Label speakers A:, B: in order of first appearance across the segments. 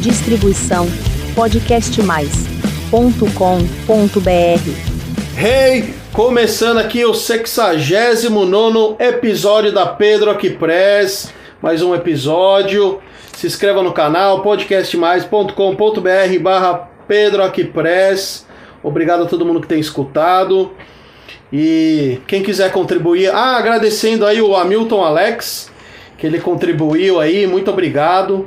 A: Distribuição podcastmais.com.br.
B: Hey! Começando aqui o 69 episódio da Pedro Aqui Press. Mais um episódio. Se inscreva no canal podcastmais.com.br barra Pedro Aqui Press. Obrigado a todo mundo que tem escutado. E quem quiser contribuir, ah, agradecendo aí o Hamilton Alex, que ele contribuiu aí, muito obrigado.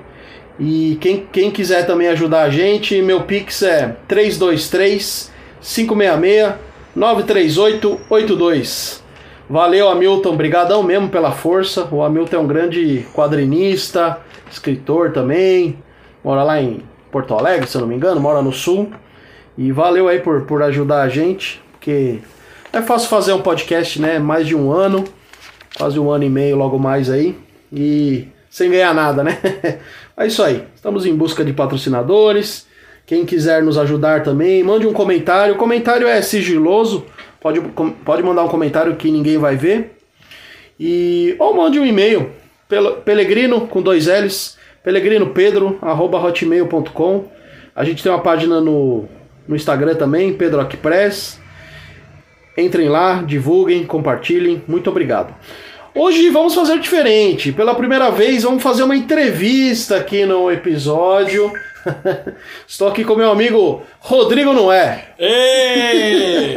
B: E quem, quem quiser também ajudar a gente, meu Pix é 323 566 93882. Valeu, Hamilton, brigadão mesmo pela força. O Hamilton é um grande quadrinista, escritor também. Mora lá em Porto Alegre, se eu não me engano, mora no Sul. E valeu aí por, por ajudar a gente, porque é fácil fazer um podcast, né? Mais de um ano, quase um ano e meio, logo mais aí. E sem ganhar nada, né? é isso aí. Estamos em busca de patrocinadores. Quem quiser nos ajudar também, mande um comentário. O comentário é sigiloso. Pode, com- pode mandar um comentário que ninguém vai ver. E ou mande um e-mail. Pel- Pelegrino com dois L's. Pelegrinopedro, arroba hotmail.com. A gente tem uma página no, no Instagram também, Pedro Aqui Press. Entrem lá, divulguem, compartilhem. Muito obrigado. Hoje vamos fazer diferente. Pela primeira vez, vamos fazer uma entrevista aqui no episódio. Estou aqui com meu amigo Rodrigo Noé.
C: Ei!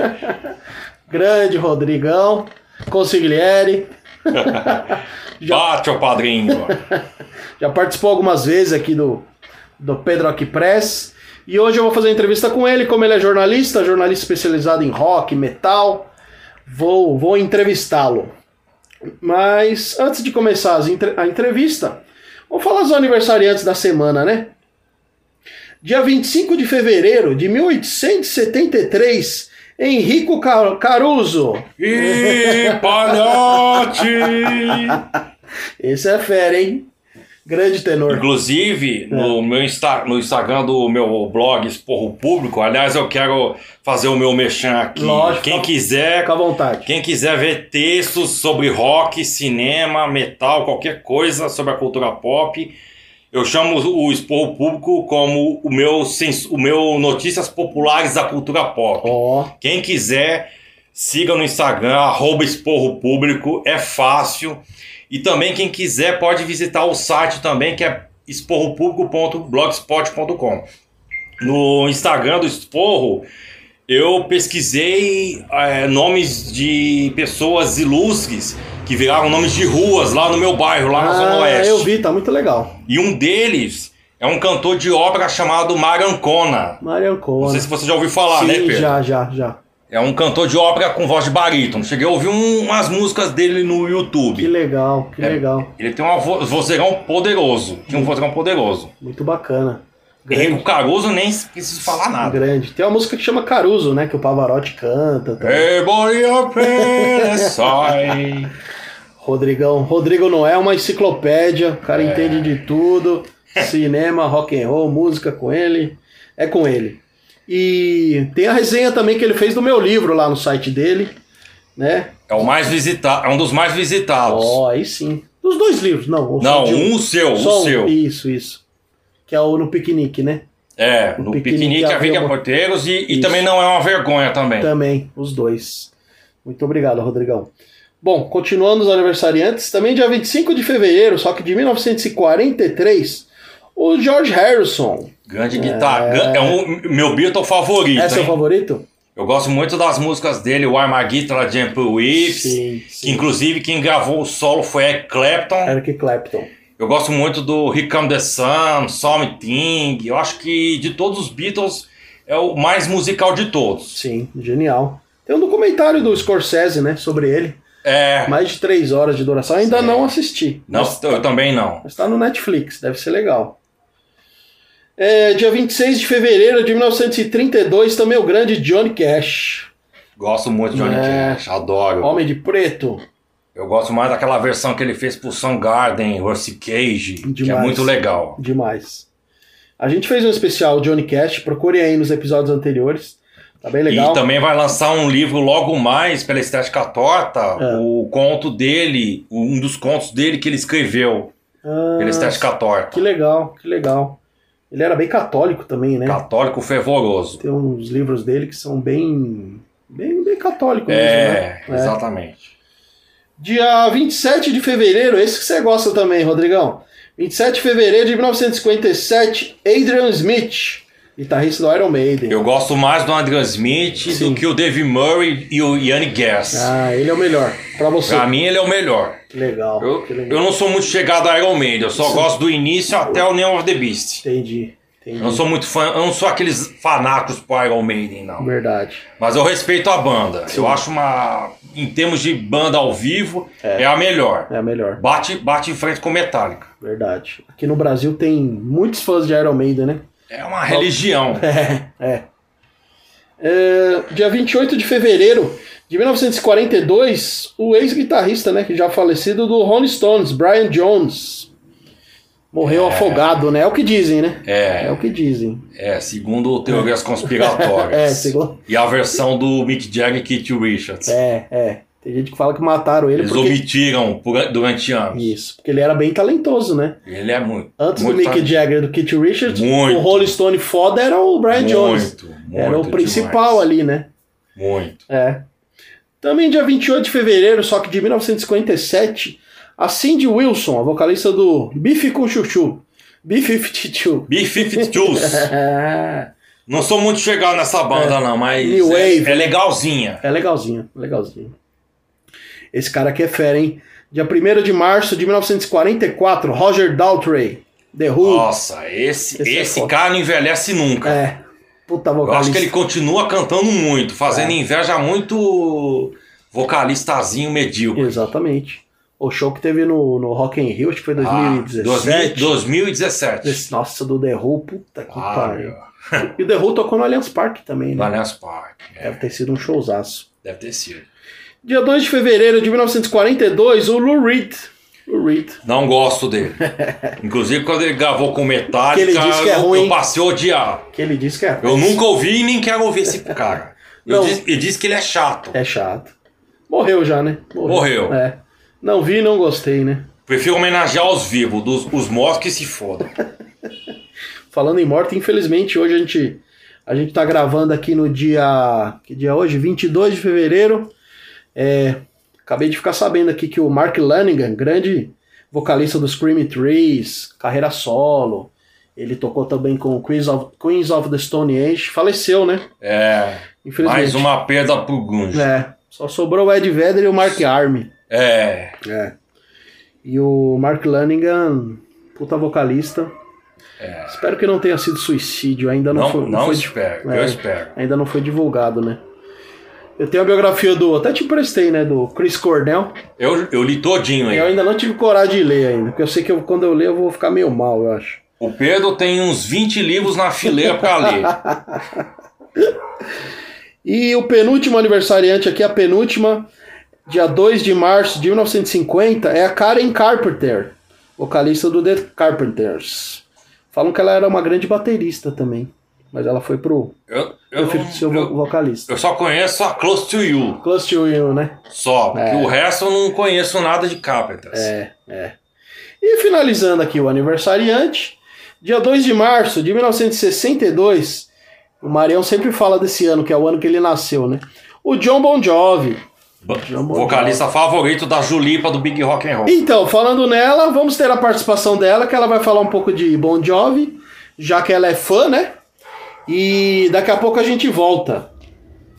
B: Grande Rodrigão. Consigliere.
C: Bate, ô padrinho!
B: Já participou algumas vezes aqui do, do Pedro Aqui Press. E hoje eu vou fazer uma entrevista com ele, como ele é jornalista, jornalista especializado em rock, metal. Vou, vou entrevistá-lo. Mas antes de começar as entre- a entrevista, vou falar os aniversariantes da semana, né? Dia 25 de fevereiro de 1873, Henrico Car- Caruso.
C: Ih, palhote!
B: Esse é fera, hein? Grande tenor.
C: Inclusive, no, meu Insta, no Instagram do meu blog Esporro Público, aliás, eu quero fazer o meu mechan aqui.
B: Lógico.
C: Quem quiser,
B: Fica à vontade.
C: Quem quiser ver textos sobre rock, cinema, metal, qualquer coisa sobre a cultura pop, eu chamo o Expor Público como o meu, sens- o meu Notícias Populares da Cultura Pop.
B: Ó.
C: Quem quiser, siga no Instagram, arroba esporro público, é fácil. E também quem quiser pode visitar o site também, que é esporropublico.blogspot.com. No Instagram do Esporro, eu pesquisei eh, nomes de pessoas ilustres que viraram nomes de ruas lá no meu bairro, lá na Zona Oeste.
B: eu vi, tá muito legal.
C: E um deles é um cantor de ópera chamado Mário Ancona.
B: Mario Cona.
C: Não sei se você já ouviu falar,
B: Sim,
C: né, Pedro?
B: já, já, já.
C: É um cantor de ópera com voz de barítono. Cheguei a ouvir um- umas músicas dele no
B: Que
C: YouTube.
B: legal, que
C: É.
B: legal.
C: Ele tem um vo- vozeirão poderoso. Tem um vozeirão poderoso.
B: Muito bacana.
C: Henrico Caruso nem s- preciso falar nada.
B: Grande. Tem uma música que chama Caruso, né? Que o Pavarotti canta. Tá?
C: Everybody up and sai.
B: Rodrigão. Rodrigo não é uma enciclopédia. O
C: É.
B: cara entende de tudo. Cinema, rock and roll, música com ele. É com ele. E tem a resenha também que ele fez do meu livro lá no site dele, né?
C: É o mais visitado, é um dos mais visitados.
B: Ó, aí sim. Dos dois livros, não. ou só
C: Não,
B: Oh, de
C: um seu,
B: Só
C: um seu.
B: Isso, isso. Que é o no piquenique, né?
C: É, no
B: Um piquenique
C: piquenique
B: havia
C: havia
B: uma- Tá.
C: porteiros e, e
B: Isso.
C: também não é uma vergonha também.
B: Também, os dois. Muito obrigado, Rodrigão. Bom, continuando os aniversariantes, também dia 25 de fevereiro, só que de 1943, o George Harrison.
C: Grande guitarra. É, um meu Beatle favorito.
B: é seu
C: hein?
B: favorito?
C: Eu gosto muito das músicas dele, o I'm a Guitar Jump Whips.
B: Sim,
C: Que,
B: sim.
C: inclusive quem gravou o solo foi Eric Clapton.
B: Eric Clapton.
C: Eu gosto muito do Here Come the Sun, Something. Eu acho que de todos os Beatles é o mais musical de todos.
B: Sim, genial. Tem um documentário do Scorsese, né, sobre ele.
C: É.
B: Mais de três horas de duração. Ainda não assisti.
C: Não, eu também não.
B: Mas tá no Netflix, deve ser legal. É, dia 26 de fevereiro de 1932, também o grande Johnny Cash.
C: Gosto muito de Johnny
B: É.
C: Cash, adoro.
B: Homem de Preto.
C: Eu gosto mais daquela versão que ele fez pro Soundgarden, Rusty Cage, que é
B: Demais.
C: muito legal.
B: Demais. A gente fez um especial Johnny Cash, procure aí nos episódios anteriores. Tá bem legal.
C: E também vai lançar um livro logo mais pela Estética Torta,
B: É.
C: o conto dele, um dos contos dele que ele escreveu
B: Ah,
C: pela Estética Torta.
B: que legal, que legal. Ele era bem católico também, né?
C: Católico fervoroso.
B: Tem uns livros dele que são bem. bem, bem católicos
C: É,
B: mesmo, né? É.
C: exatamente.
B: Dia 27 de fevereiro, esse que você gosta também, Rodrigão. 27 de fevereiro de 1957, Adrian Smith, guitarrista do Iron Maiden.
C: Eu gosto mais do Adrian Smith
B: Sim.
C: do que o Dave Murray e o Yannick Gass.
B: Ah, ele é o melhor. Pra você.
C: Pra mim, ele é o melhor.
B: Legal.
C: Eu,
B: Que legal.
C: eu não sou muito chegado a Iron Maiden, eu só
B: Sim.
C: gosto do início até o Neon of the Beast.
B: Entendi. Entendi.
C: Eu não sou muito fã, eu não sou aqueles fanáticos pro Iron Maiden, não.
B: Verdade.
C: Mas eu respeito a banda. Eu acho uma. Em termos de banda ao vivo, é, a melhor.
B: É a melhor.
C: Bate, bate em frente com Metallica.
B: Verdade. Aqui no Brasil tem muitos fãs de Iron Maiden, né?
C: É uma religião.
B: É. É, dia 28 de fevereiro de 1942, o ex-guitarrista, né, que já falecido do Rolling Stones, Brian Jones, morreu afogado, né? É o que dizem, né? É,
C: É,
B: o que dizem.
C: é, segundo teorias conspiratórias.
B: É, segundo-
C: E a versão do Mick Jagger e Keith Richards.
B: É, é. Tem gente que fala que mataram ele
C: Eles
B: porque
C: omitiram por- durante anos.
B: isso, porque ele era bem talentoso, né?
C: Ele é muito.
B: Antes
C: muito
B: do Mick
C: talento-
B: Jagger, do Keith Richards,
C: Muito.
B: o Rolling Stone foda era o Brian Jones.
C: Muito, muito
B: Era o principal
C: demais.
B: ali, né?
C: Muito.
B: É. Também dia 28 de fevereiro, só que de 1957, a Cindy Wilson, a vocalista do Bife com Chuchu, B-52.
C: B-52s.
B: É,
C: não sou muito chegado nessa banda, não, mas
B: New
C: é,
B: Wave.
C: é legalzinha.
B: é legalzinho, legalzinho. Esse cara aqui é fera, hein? Dia 1 de março de 1944, Roger Daltrey, The Who.
C: Nossa, esse,
B: Esse
C: esse,
B: é foda.
C: cara não envelhece nunca.
B: É, puta
C: Eu acho
B: vocalista. É.
C: que ele continua cantando muito, fazendo inveja a muito vocalistazinho medíocre.
B: Exatamente. O show que teve no, no Rock in Rio, acho que foi
C: Ah,
B: 2017.
C: 2017.
B: Nossa, do The Who, puta que
C: Ah,
B: pariu.
C: meu.
B: E o The Who tocou no Allianz Parque também, né?
C: Valence Park. É,
B: Deve ter sido um showzaço.
C: deve ter sido.
B: Dia 2 de fevereiro de 1942, o Lou Reed. Lou Reed.
C: Não gosto dele. Inclusive, quando ele gravou com Metallica,
B: Que ele disse que é
C: eu,
B: ruim.
C: eu passei a odiar.
B: Que ele disse que é.
C: Eu nunca ouvi e nem quero ouvir esse cara. Eu
B: Não.
C: disse, ele disse que ele é chato.
B: É chato. Morreu já, né?
C: Morreu.
B: É. Não vi, não gostei, né?
C: Prefiro homenagear os vivos, dos, os mortos que se fodam.
B: Falando em morte, infelizmente hoje a gente a gente tá gravando aqui no dia que dia é hoje, 22 de fevereiro. É, acabei de ficar sabendo aqui que o Mark Lanigan, grande vocalista do Screaming Trees, carreira solo, ele tocou também com o Queens of, Queens of the Stone Age, faleceu, né?
C: É,
B: Infelizmente.
C: mais uma perda pro Gunjo.
B: É, só sobrou o Ed Vedder e o Mark Arm.
C: é.
B: É. E o Mark Lanigan, puta vocalista.
C: É.
B: Espero que não tenha sido suicídio, ainda não,
C: Não,
B: foi,
C: não,
B: foi
C: espero,
B: é,
C: eu espero.
B: ainda não foi divulgado, né? Eu tenho a biografia do, até te emprestei, né, do Chris Cornell.
C: Eu, eu li todinho
B: E eu
C: aí.
B: ainda não tive coragem de ler ainda, porque eu sei que eu- quando eu ler eu vou ficar meio mal, eu acho.
C: O Pedro tem uns 20 livros na fileira pra ler.
B: E o penúltimo aniversariante aqui, a penúltima, dia 2 de março de 1950, é a Karen Carpenter, vocalista do The Carpenters. Falam que ela era uma grande baterista também, mas ela foi pro
C: Eu, eu,
B: perfil de seu vo-
C: eu-
B: vocalista.
C: eu só conheço a Close to You,
B: Close to You, né?
C: só. Porque o resto eu não conheço nada de Carpenters.
B: É, é. E finalizando aqui o aniversariante, dia 2 de março de 1962, o Marião sempre fala desse ano, que é o ano que ele nasceu, né? O John Bon Jovi.
C: Ba-
B: John Bon
C: Vocalista favorito da Julipa do Big Rock and Roll.
B: Então, falando nela, vamos ter a participação dela, que ela vai falar um pouco de Bon Jovi, já que ela é fã, né? E daqui a pouco a gente volta.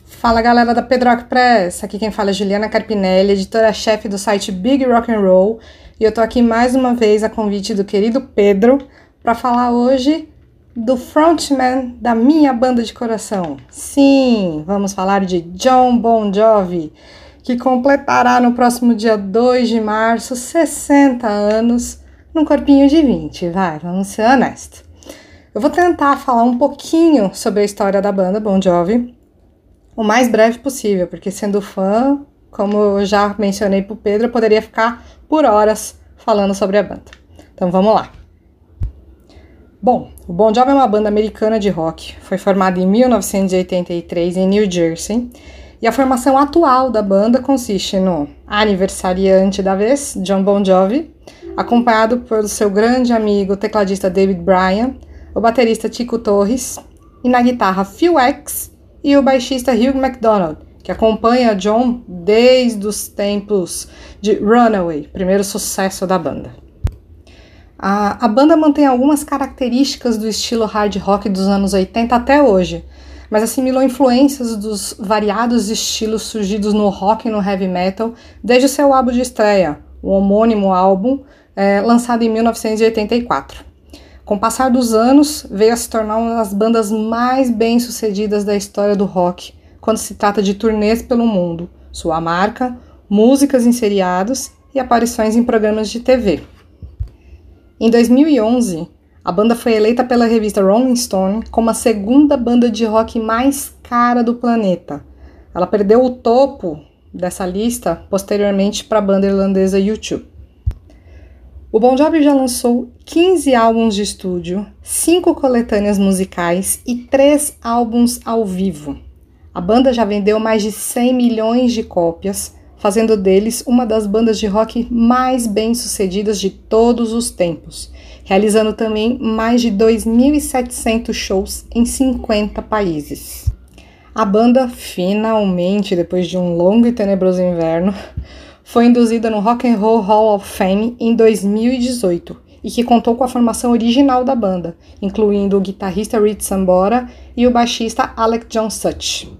A: Fala galera da Pedrock Press, aqui quem fala é Juliana Carpinelli, editora-chefe do site Big Rock and Roll, e eu tô aqui mais uma vez a convite do querido Pedro para falar hoje do frontman da minha banda de coração. Sim, vamos falar de John Bon Jovi, que completará no próximo dia 2 de março 60 anos, num corpinho de 20, vai, vamos ser honestos. Eu vou tentar falar um pouquinho sobre a história da banda Bon Jovi, o mais breve possível, porque sendo fã, como eu já mencionei pro Pedro, eu poderia ficar por horas falando sobre a banda. Então vamos lá. Bom, o Bon Jovi é uma banda americana de rock, foi formada em 1983 em New Jersey, e a formação atual da banda consiste no aniversariante da vez, John Bon Jovi, acompanhado pelo seu grande amigo tecladista David Bryan, o baterista Tico Torres, e na guitarra Phil X e o baixista Hugh MacDonald, que acompanha John desde os tempos de Runaway, primeiro sucesso da banda. A, a banda mantém algumas características do estilo hard rock dos anos 80 até hoje, mas assimilou influências dos variados estilos surgidos no rock e no heavy metal desde o seu álbum de estreia, o homônimo álbum, é, lançado em 1984. Com o passar dos anos, veio a se tornar uma das bandas mais bem-sucedidas da história do rock, quando se trata de turnês pelo mundo, sua marca, músicas em seriados e aparições em programas de TV. Em 2011, a banda foi eleita pela revista Rolling Stone como a segunda banda de rock mais cara do planeta. Ela perdeu o topo dessa lista posteriormente para a banda irlandesa U2. O Bon Jovi já lançou 15 álbuns de estúdio, 5 coletâneas musicais e 3 álbuns ao vivo. A banda já vendeu mais de 100 milhões de cópias, fazendo deles uma das bandas de rock mais bem-sucedidas de todos os tempos realizando também mais de 2.700 shows em 50 países. A banda finalmente, depois de um longo e tenebroso inverno, foi induzida no Rock and Roll Hall of Fame em 2018 e que contou com a formação original da banda, incluindo o guitarrista Reed Sambora e o baixista Alec John Such.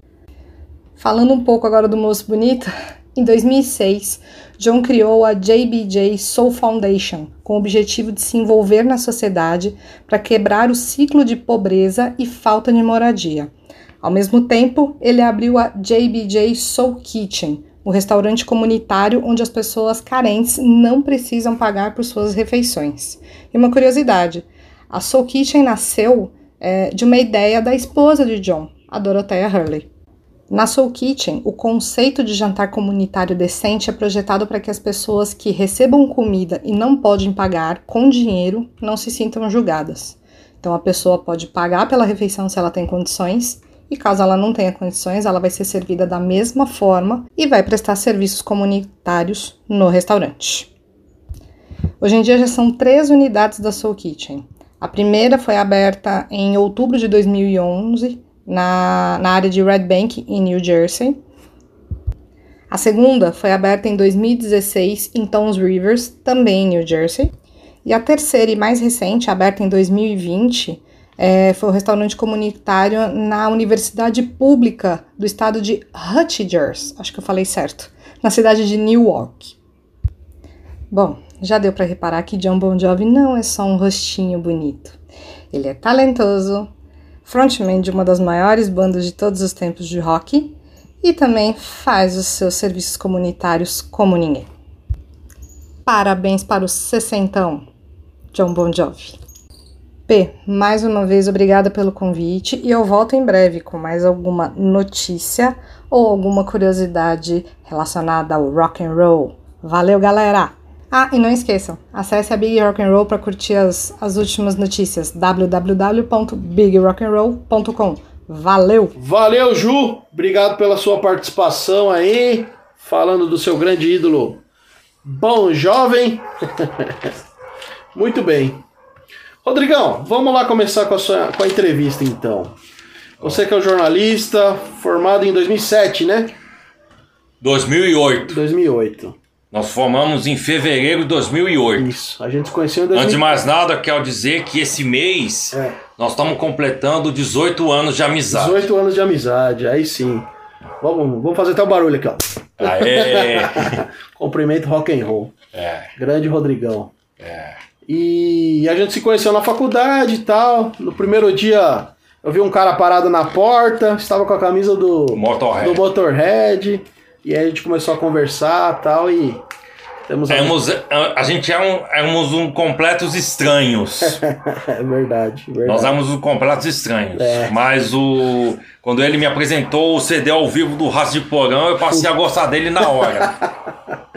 A: Falando um pouco agora do Moço Bonito, em 2006, John criou a JBJ Soul Foundation, com o objetivo de se envolver na sociedade para quebrar o ciclo de pobreza e falta de moradia. Ao mesmo tempo, ele abriu a JBJ Soul Kitchen, um restaurante comunitário onde as pessoas carentes não precisam pagar por suas refeições. E uma curiosidade: a Soul Kitchen nasceu é, de uma ideia da esposa de John, a Dorothea Hurley. Na Soul Kitchen, o conceito de jantar comunitário decente é projetado para que as pessoas que recebam comida e não podem pagar com dinheiro não se sintam julgadas. Então a pessoa pode pagar pela refeição se ela tem condições, e caso ela não tenha condições, ela vai ser servida da mesma forma e vai prestar serviços comunitários no restaurante. Hoje em dia já são três unidades da Soul Kitchen. A primeira foi aberta em outubro de 2011 na, na, área de Red Bank, em New Jersey. A segunda foi aberta em 2016 em Toms Rivers, também em New Jersey. E a terceira e mais recente, aberta em 2020, é, foi o um restaurante comunitário na Universidade Pública do estado de Rutgers, acho que eu falei certo, na cidade de Newark. Bom, já deu para reparar que John Bon Jovi não é só um rostinho bonito. Ele é talentoso, frontman de uma das maiores bandas de todos os tempos de rock e também faz os seus serviços comunitários como ninguém. Parabéns para o sessentão, John Bon Jovi. P, mais uma vez obrigada pelo convite e eu volto em breve com mais alguma notícia ou alguma curiosidade relacionada ao rock and roll. Valeu, galera! Ah, e não esqueçam, acesse a Big Rock and Roll para curtir as, as últimas notícias. www.bigrockandroll.com. Valeu!
B: Valeu, Ju! Obrigado pela sua participação aí, falando do seu grande ídolo. Bom jovem! Muito bem. Rodrigão, vamos lá começar com a, sua, com a entrevista então. Você que é um jornalista, formado em 2007, né?
C: 2008.
B: 2008.
C: Nós formamos em fevereiro de 2008.
B: Isso, a gente se conheceu em 2008.
C: Antes de mais nada, quero dizer que esse mês
B: É.
C: nós estamos completando 18 anos de amizade.
B: 18 anos de amizade, aí sim. Vamos, vamos fazer até o barulho aqui, ó.
C: Aê!
B: Cumprimento rock and roll.
C: é,
B: Grande Rodrigão.
C: é.
B: E a gente se conheceu na faculdade e tal. No primeiro dia eu vi um cara parado na porta, estava com a camisa do
C: Motorhead.
B: do Motorhead. E aí a gente começou a conversar e tal e temos
C: Éramos- a, a gente é um, éramos um completos estranhos.
B: é verdade,
C: Nós
B: verdade.
C: éramos um completos estranhos.
B: É.
C: Mas o quando ele me apresentou o CD ao vivo do Rastro de Porão, eu passei a gostar dele na hora.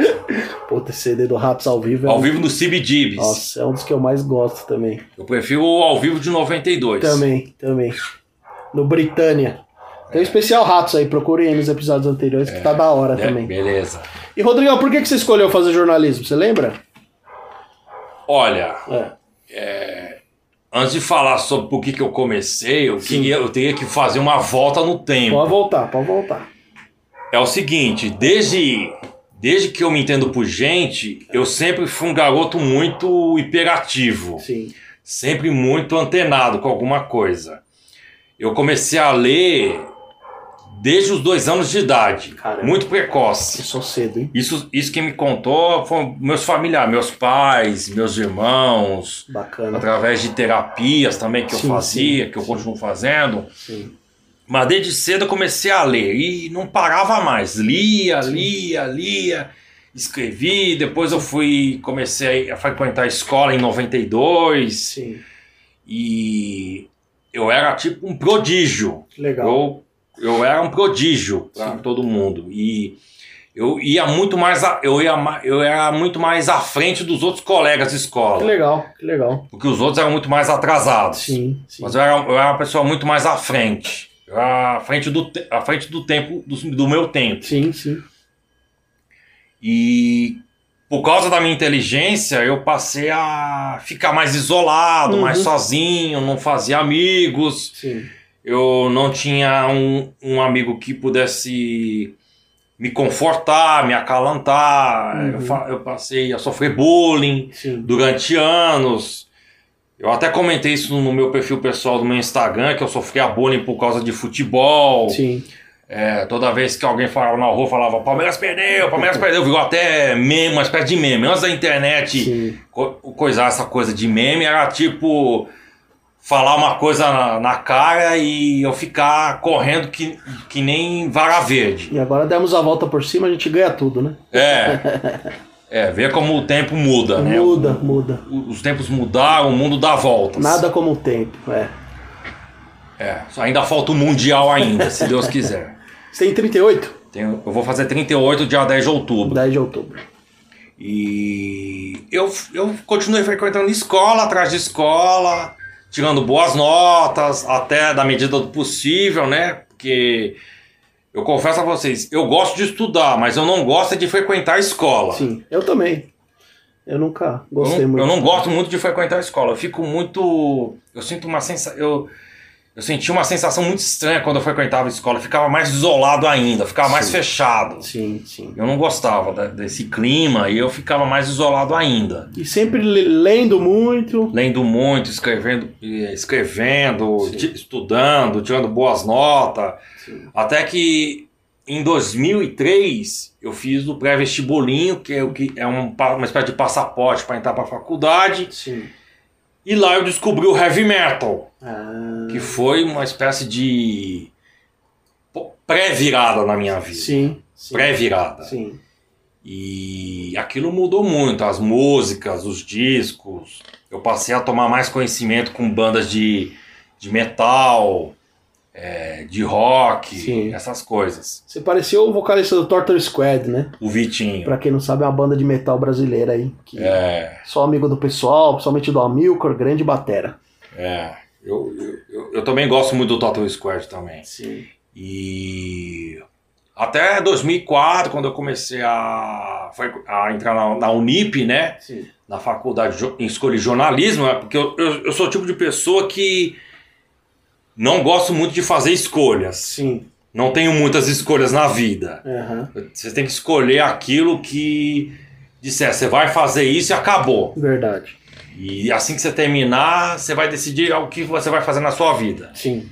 B: Puta, esse CD do Raps ao vivo é um-
C: ao vivo no Cibidibs.
B: Nossa, é um dos que eu mais gosto também.
C: Eu prefiro o ao vivo de 92.
B: Também, também. No Britânia. Tem um especial Ratos aí, procurem aí nos episódios anteriores, que tá da hora
C: É,
B: também.
C: beleza.
B: E, Rodrigão, por que, que você escolheu fazer jornalismo? Você lembra?
C: Olha,
B: É.
C: Antes de falar sobre por que, que eu comecei, eu, queria, eu teria que fazer uma volta no tempo.
B: Pode voltar, pode voltar.
C: É o seguinte, desde, desde que eu me entendo por gente, eu sempre fui um garoto muito hiperativo,
B: Sim.
C: sempre muito antenado com alguma coisa. Eu comecei a ler desde os dois anos de idade,
B: Caramba.
C: muito precoce.
B: Só cedo, hein?
C: Isso, isso quem me contou foram meus familiares, meus pais, meus irmãos,
B: Bacana.
C: através de terapias também que eu
B: Sim,
C: fazia,
B: sim,
C: que eu
B: sim.
C: continuo fazendo.
B: Sim.
C: Mas desde cedo eu comecei a ler e não parava mais. Lia, lia, lia, escrevi. Depois eu fui, comecei a frequentar a escola em 92
B: Sim.
C: e eu era tipo um prodígio.
B: Que Legal.
C: Eu, eu era um prodígio para
B: Sim.
C: todo mundo e eu ia muito mais a- eu ia ma- eu era muito mais à frente dos outros colegas de
B: Que
C: escola,
B: legal, que legal.
C: porque os outros eram muito mais atrasados.
B: Sim, sim.
C: Mas eu era, eu era uma pessoa muito mais à frente. Eu era à frente do, te- à frente do tempo, do, do meu tempo.
B: Sim, sim.
C: E por causa da minha inteligência, eu passei a ficar mais isolado,
B: Uhum.
C: mais sozinho, não fazia amigos.
B: Sim.
C: Eu não tinha um, um amigo que pudesse me confortar, me acalantar.
B: Uhum.
C: Eu, fa- eu passei a sofrer bullying
B: Sim.
C: durante anos. Eu até comentei isso no meu perfil pessoal do meu Instagram, que eu sofria bullying por causa de futebol.
B: Sim.
C: É, toda vez que alguém falava na rua, falava Palmeiras perdeu, Palmeiras perdeu. Virou até meme, uma espécie de meme. Antes da internet
B: Sim.
C: co- coisar essa coisa de meme, era tipo falar uma coisa na, na cara e eu ficar correndo que, que nem vara verde.
B: E agora demos a volta por cima, a gente ganha tudo, né?
C: É. É, ver como o tempo muda, né?
B: Muda, muda.
C: O- Os tempos mudaram, o mundo dá voltas.
B: Nada como o tempo, é.
C: É, só ainda falta o Mundial ainda, se Deus quiser.
B: Você tem 38?
C: Tenho- eu vou fazer 38 dia 10 de outubro.
B: 10 de outubro.
C: E eu, eu continuei frequentando escola atrás de escola, tirando boas notas, até da medida do possível, né? Porque eu confesso a vocês, eu gosto de estudar, mas eu não gosto de frequentar a escola.
B: Sim. Eu também. Eu nunca
C: Eu não-
B: gostei muito.
C: Eu não gosto muito de frequentar a escola. Eu fico muito. Eu sinto uma sensação. Eu, eu senti uma sensação muito estranha quando eu frequentava a escola. Eu ficava mais isolado ainda, ficava mais
B: Sim.
C: fechado.
B: Sim, sim.
C: Eu não gostava da- desse clima e eu ficava mais isolado ainda.
B: E sempre le- lendo muito.
C: Lendo muito, escrevendo, eh, escrevendo
B: Sim.
C: ti- estudando, tirando boas notas. Até que em 2003 eu fiz o pré-vestibulinho, que é, o que é um pa- uma espécie de passaporte para entrar para a faculdade.
B: Sim.
C: E lá eu descobri o heavy metal,
B: Ah,
C: que foi uma espécie de pô, pré-virada na minha vida.
B: sim. sim.
C: Pré-virada.
B: Sim.
C: E aquilo mudou muito, as músicas, os discos. Eu passei a tomar mais conhecimento com bandas de, de metal, é, de rock,
B: Sim.
C: essas coisas.
B: Você pareceu o vocalista do Torture Squad, né?
C: O Vitinho.
B: Pra quem não sabe, é uma banda de metal brasileira aí. Que
C: É,
B: Só amigo do pessoal, principalmente do Amilcar, grande batera.
C: é. Eu, eu, eu, eu também gosto muito do Tattoo Squad também.
B: Sim.
C: E até 2004, quando eu comecei a, foi- a entrar na, na Unip, né?
B: Sim.
C: Na faculdade, jo- em escolhi jornalismo, é porque eu, eu, eu sou o tipo de pessoa que não gosto muito de fazer escolhas.
B: Sim.
C: Não tenho muitas escolhas na vida.
B: Aham.
C: Você tem que escolher aquilo que disser, você vai fazer isso e acabou.
B: Verdade.
C: E assim que você terminar, você vai decidir o que você vai fazer na sua vida.
B: Sim.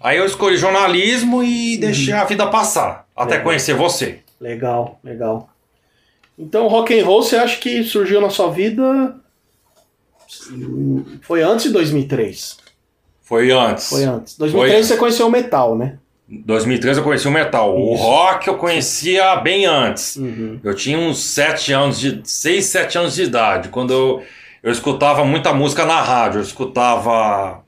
C: Aí eu escolhi jornalismo e deixei a vida passar, até
B: Legal.
C: conhecer você.
B: Legal, legal. Então, rock and roll, você acha que surgiu na sua vida? Foi antes de 2003.
C: Foi antes.
B: Foi antes. 2003
C: antes.
B: você conheceu o metal, né?
C: Em 2013 eu conheci o metal. O
B: Isso.
C: rock eu conhecia bem antes. Eu tinha uns 7 anos de 6, 7 anos de idade, quando eu, eu escutava muita música na rádio, eu escutava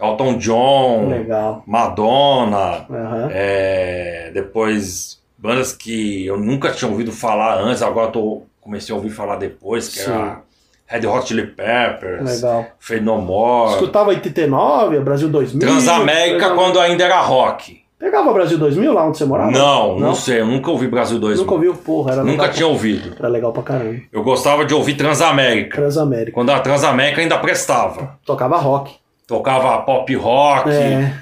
C: Elton John,
B: Uhum. Legal.
C: Madonna,
B: Aham.
C: é, depois bandas que eu nunca tinha ouvido falar antes, agora eu tô, comecei a ouvir falar depois, que
B: Sim.
C: era Red Hot Chili Peppers.
B: Legal.
C: Fenomor,
B: Escutava 89, Brasil 2000.
C: Transamérica
B: Transamérica.
C: quando ainda era rock.
B: Pegava Brasil 2000 lá onde você morava?
C: Não, não, sei, eu nunca ouvi Brasil 2.
B: Nunca ouviu? Porra, era legal.
C: Nunca
B: pra-
C: tinha ouvido.
B: Era legal pra caramba.
C: Eu gostava de ouvir Transamérica,
B: Transamérica.
C: quando a Transamérica ainda prestava.
B: Tocava rock.
C: Tocava pop rock,
B: É,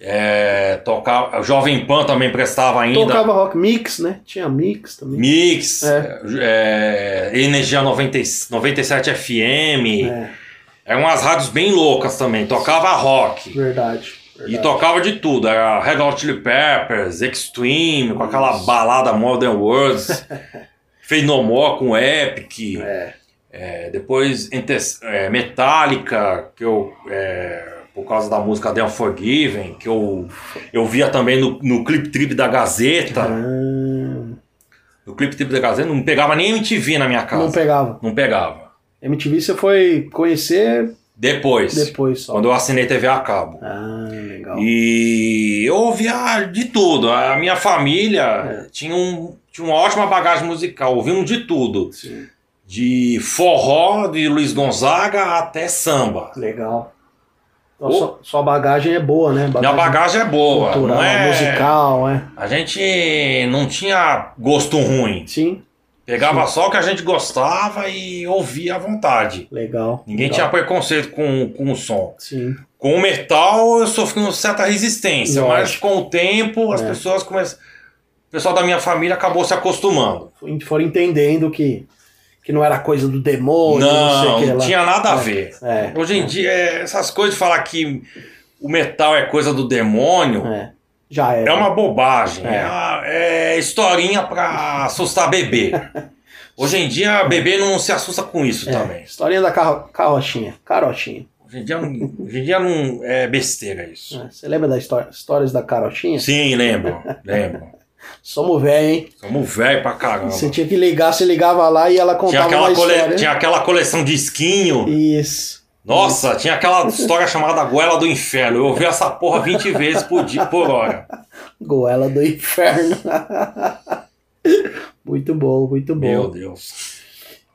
C: é, tocava, Jovem Pan também prestava ainda.
B: tocava rock. Mix, né? Tinha mix também.
C: Mix,
B: É.
C: é, Energia 90, 97 FM.
B: É,
C: Eram umas rádios bem loucas também. Tocava rock.
B: verdade. verdade.
C: E tocava de tudo. Era Red Hot Chili Peppers, Extreme, com aquela balada Modern Words. Fez No More com Epic.
B: É.
C: É, depois Entes- é, Metallica, que eu... é, por causa da música The Unforgiven, que eu, eu via também no, no Clip Trip da Gazeta.
B: Ah,
C: No Clip Trip da Gazeta não pegava nem MTV na minha casa.
B: não pegava.
C: Não pegava.
B: MTV você foi conhecer
C: Depois,
B: depois só.
C: quando eu assinei TV a cabo.
B: Ah, legal.
C: E eu ouvia de tudo. A minha família
B: É.
C: tinha, um, tinha uma ótima bagagem musical. Ouvimos de tudo.
B: Sim.
C: De forró, de Luiz Gonzaga, até samba.
B: Legal. Então,
C: Ô.
B: Sua, sua bagagem é boa, né?
C: Minha bagagem é boa.
B: cultural,
C: não é...
B: musical, é.
C: A gente não tinha gosto ruim.
B: Sim,
C: Pegava só o que a gente gostava e ouvia à vontade.
B: legal.
C: Ninguém tinha
B: legal.
C: preconceito com, com o som.
B: Sim.
C: Com o metal eu sofri uma certa resistência,
B: Lógico.
C: mas com o tempo as
B: É.
C: pessoas começam. O pessoal da minha família acabou se acostumando.
B: Foram entendendo que, que não era coisa do demônio, não, sei o
C: não,
B: que é
C: não
B: lá.
C: tinha nada a ver.
B: É,
C: Hoje em dia, é, essas coisas de falar que o metal é coisa do demônio
B: é. Já
C: é,
B: era.
C: uma bobagem.
B: É.
C: É, uma- é historinha pra assustar bebê. Hoje em dia, bebê não se assusta com isso
B: É,
C: também.
B: Historinha da carro, carrochinha. Carochinha.
C: Hoje em dia, não- hoje em dia não é besteira isso.
B: É, Você lembra das histó- histórias da carochinha?
C: Sim, lembro, lembro.
B: Somos velho, hein?
C: Somos velho pra caramba.
B: Você tinha que ligar, você ligava lá e ela
C: Tinha
B: contava uma
C: aquela, cole-
B: história. né?
C: tinha aquela coleção de esquinho.
B: Isso.
C: Nossa, tinha aquela história chamada Goela do Inferno. Eu ouvi essa porra 20 vezes por, dia, por hora.
B: Goela do inferno. muito bom, muito bom.
C: Meu Deus.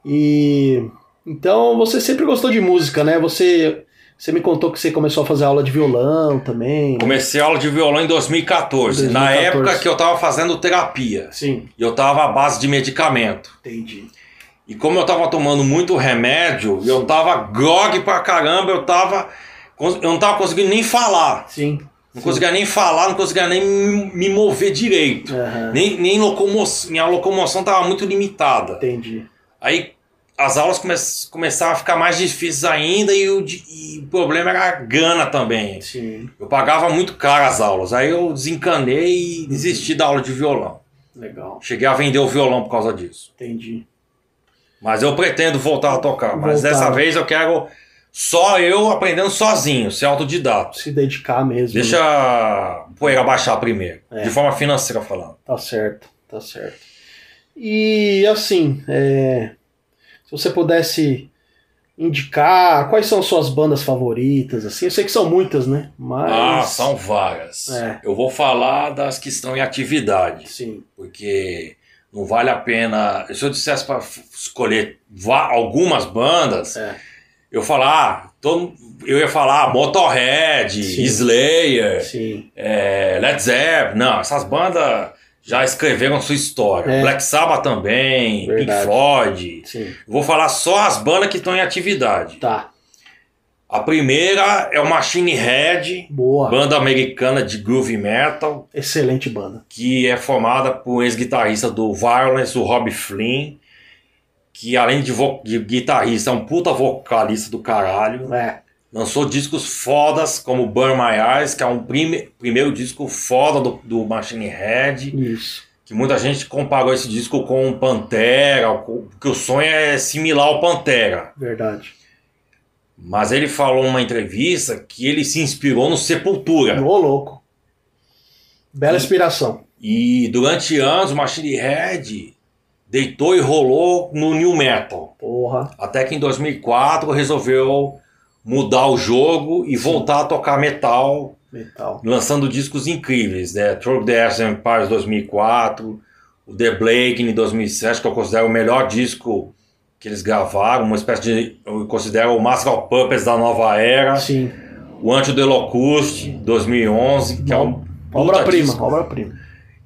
B: E então você sempre gostou de música, né? Você você me contou que você começou a fazer aula de violão também. né?
C: Comecei aula de violão em 2014, na
B: 2014.
C: época que eu tava fazendo terapia.
B: Sim,
C: E eu tava à base de medicamento.
B: entendi.
C: E como eu tava tomando muito remédio, e eu tava grog pra caramba, eu tava. Eu não tava conseguindo nem falar.
B: Sim. Sim.
C: Não conseguia nem falar, não conseguia nem me mover direito.
B: Aham,
C: Nem, nem locomo... minha locomoção estava muito limitada.
B: Entendi.
C: Aí as aulas come... começaram a ficar mais difíceis ainda e o, di- e o problema era a gana também.
B: Sim,
C: Eu pagava muito caro as aulas. Aí eu desencanei e desisti da aula de violão.
B: legal.
C: Cheguei a vender o violão por causa disso.
B: Entendi.
C: Mas eu pretendo voltar a tocar. Mas
B: Voltar.
C: dessa vez eu quero só eu aprendendo sozinho, ser autodidata.
B: Se dedicar mesmo.
C: Deixa
B: né?
C: a poeira baixar primeiro.
B: É.
C: De forma financeira falando.
B: Tá certo, tá certo. E assim, é, se você pudesse indicar quais são suas bandas favoritas, assim, eu sei que são muitas, né? Mas
C: Ah, são várias.
B: É.
C: Eu vou falar das que estão em atividade,
B: Sim,
C: porque não vale a pena. Se eu dissesse para escolher va- algumas bandas,
B: é.
C: eu falar, ah, todo- eu ia falar Motorhead,
B: Sim.
C: Slayer,
B: Sim.
C: é, Led Zeppelin. Não, essas bandas já escreveram sua história.
B: É.
C: Black Sabbath também,
B: Verdade.
C: Pink Floyd.
B: Sim.
C: Eu Vou falar só as bandas que estão em atividade.
B: Tá.
C: A primeira é o Machine Head,
B: Boa.
C: banda americana de groove metal.
B: Excelente banda.
C: que é formada por um ex-guitarrista do Violence, o Rob Flynn, que além de, vo- de guitarrista, é um puta vocalista do caralho.
B: É.
C: Lançou discos fodas como Burn My Eyes, que é um prime- primeiro disco foda do, do Machine Head,
B: Isso.
C: que muita gente comparou esse disco com o Pantera, o- porque o sonho é similar ao Pantera.
B: Verdade.
C: Mas ele falou numa entrevista que ele se inspirou no Sepultura.
B: Ô, louco. Bela
C: E-
B: inspiração.
C: E durante anos o Machine Head deitou e rolou no New Metal.
B: Porra.
C: Até que em 2004 resolveu mudar o jogo e voltar a tocar metal,
B: Metal.
C: lançando discos incríveis, né? Through the Earth Empires 2004, o The Blake em 2007, que eu considero o melhor disco que eles gravaram, uma espécie de... eu considero o Master of Ah. Puppets da nova era,
B: Sim.
C: o Anti the Locust 2011, que é um
B: Obra-prima,
C: Puta
B: obra-prima.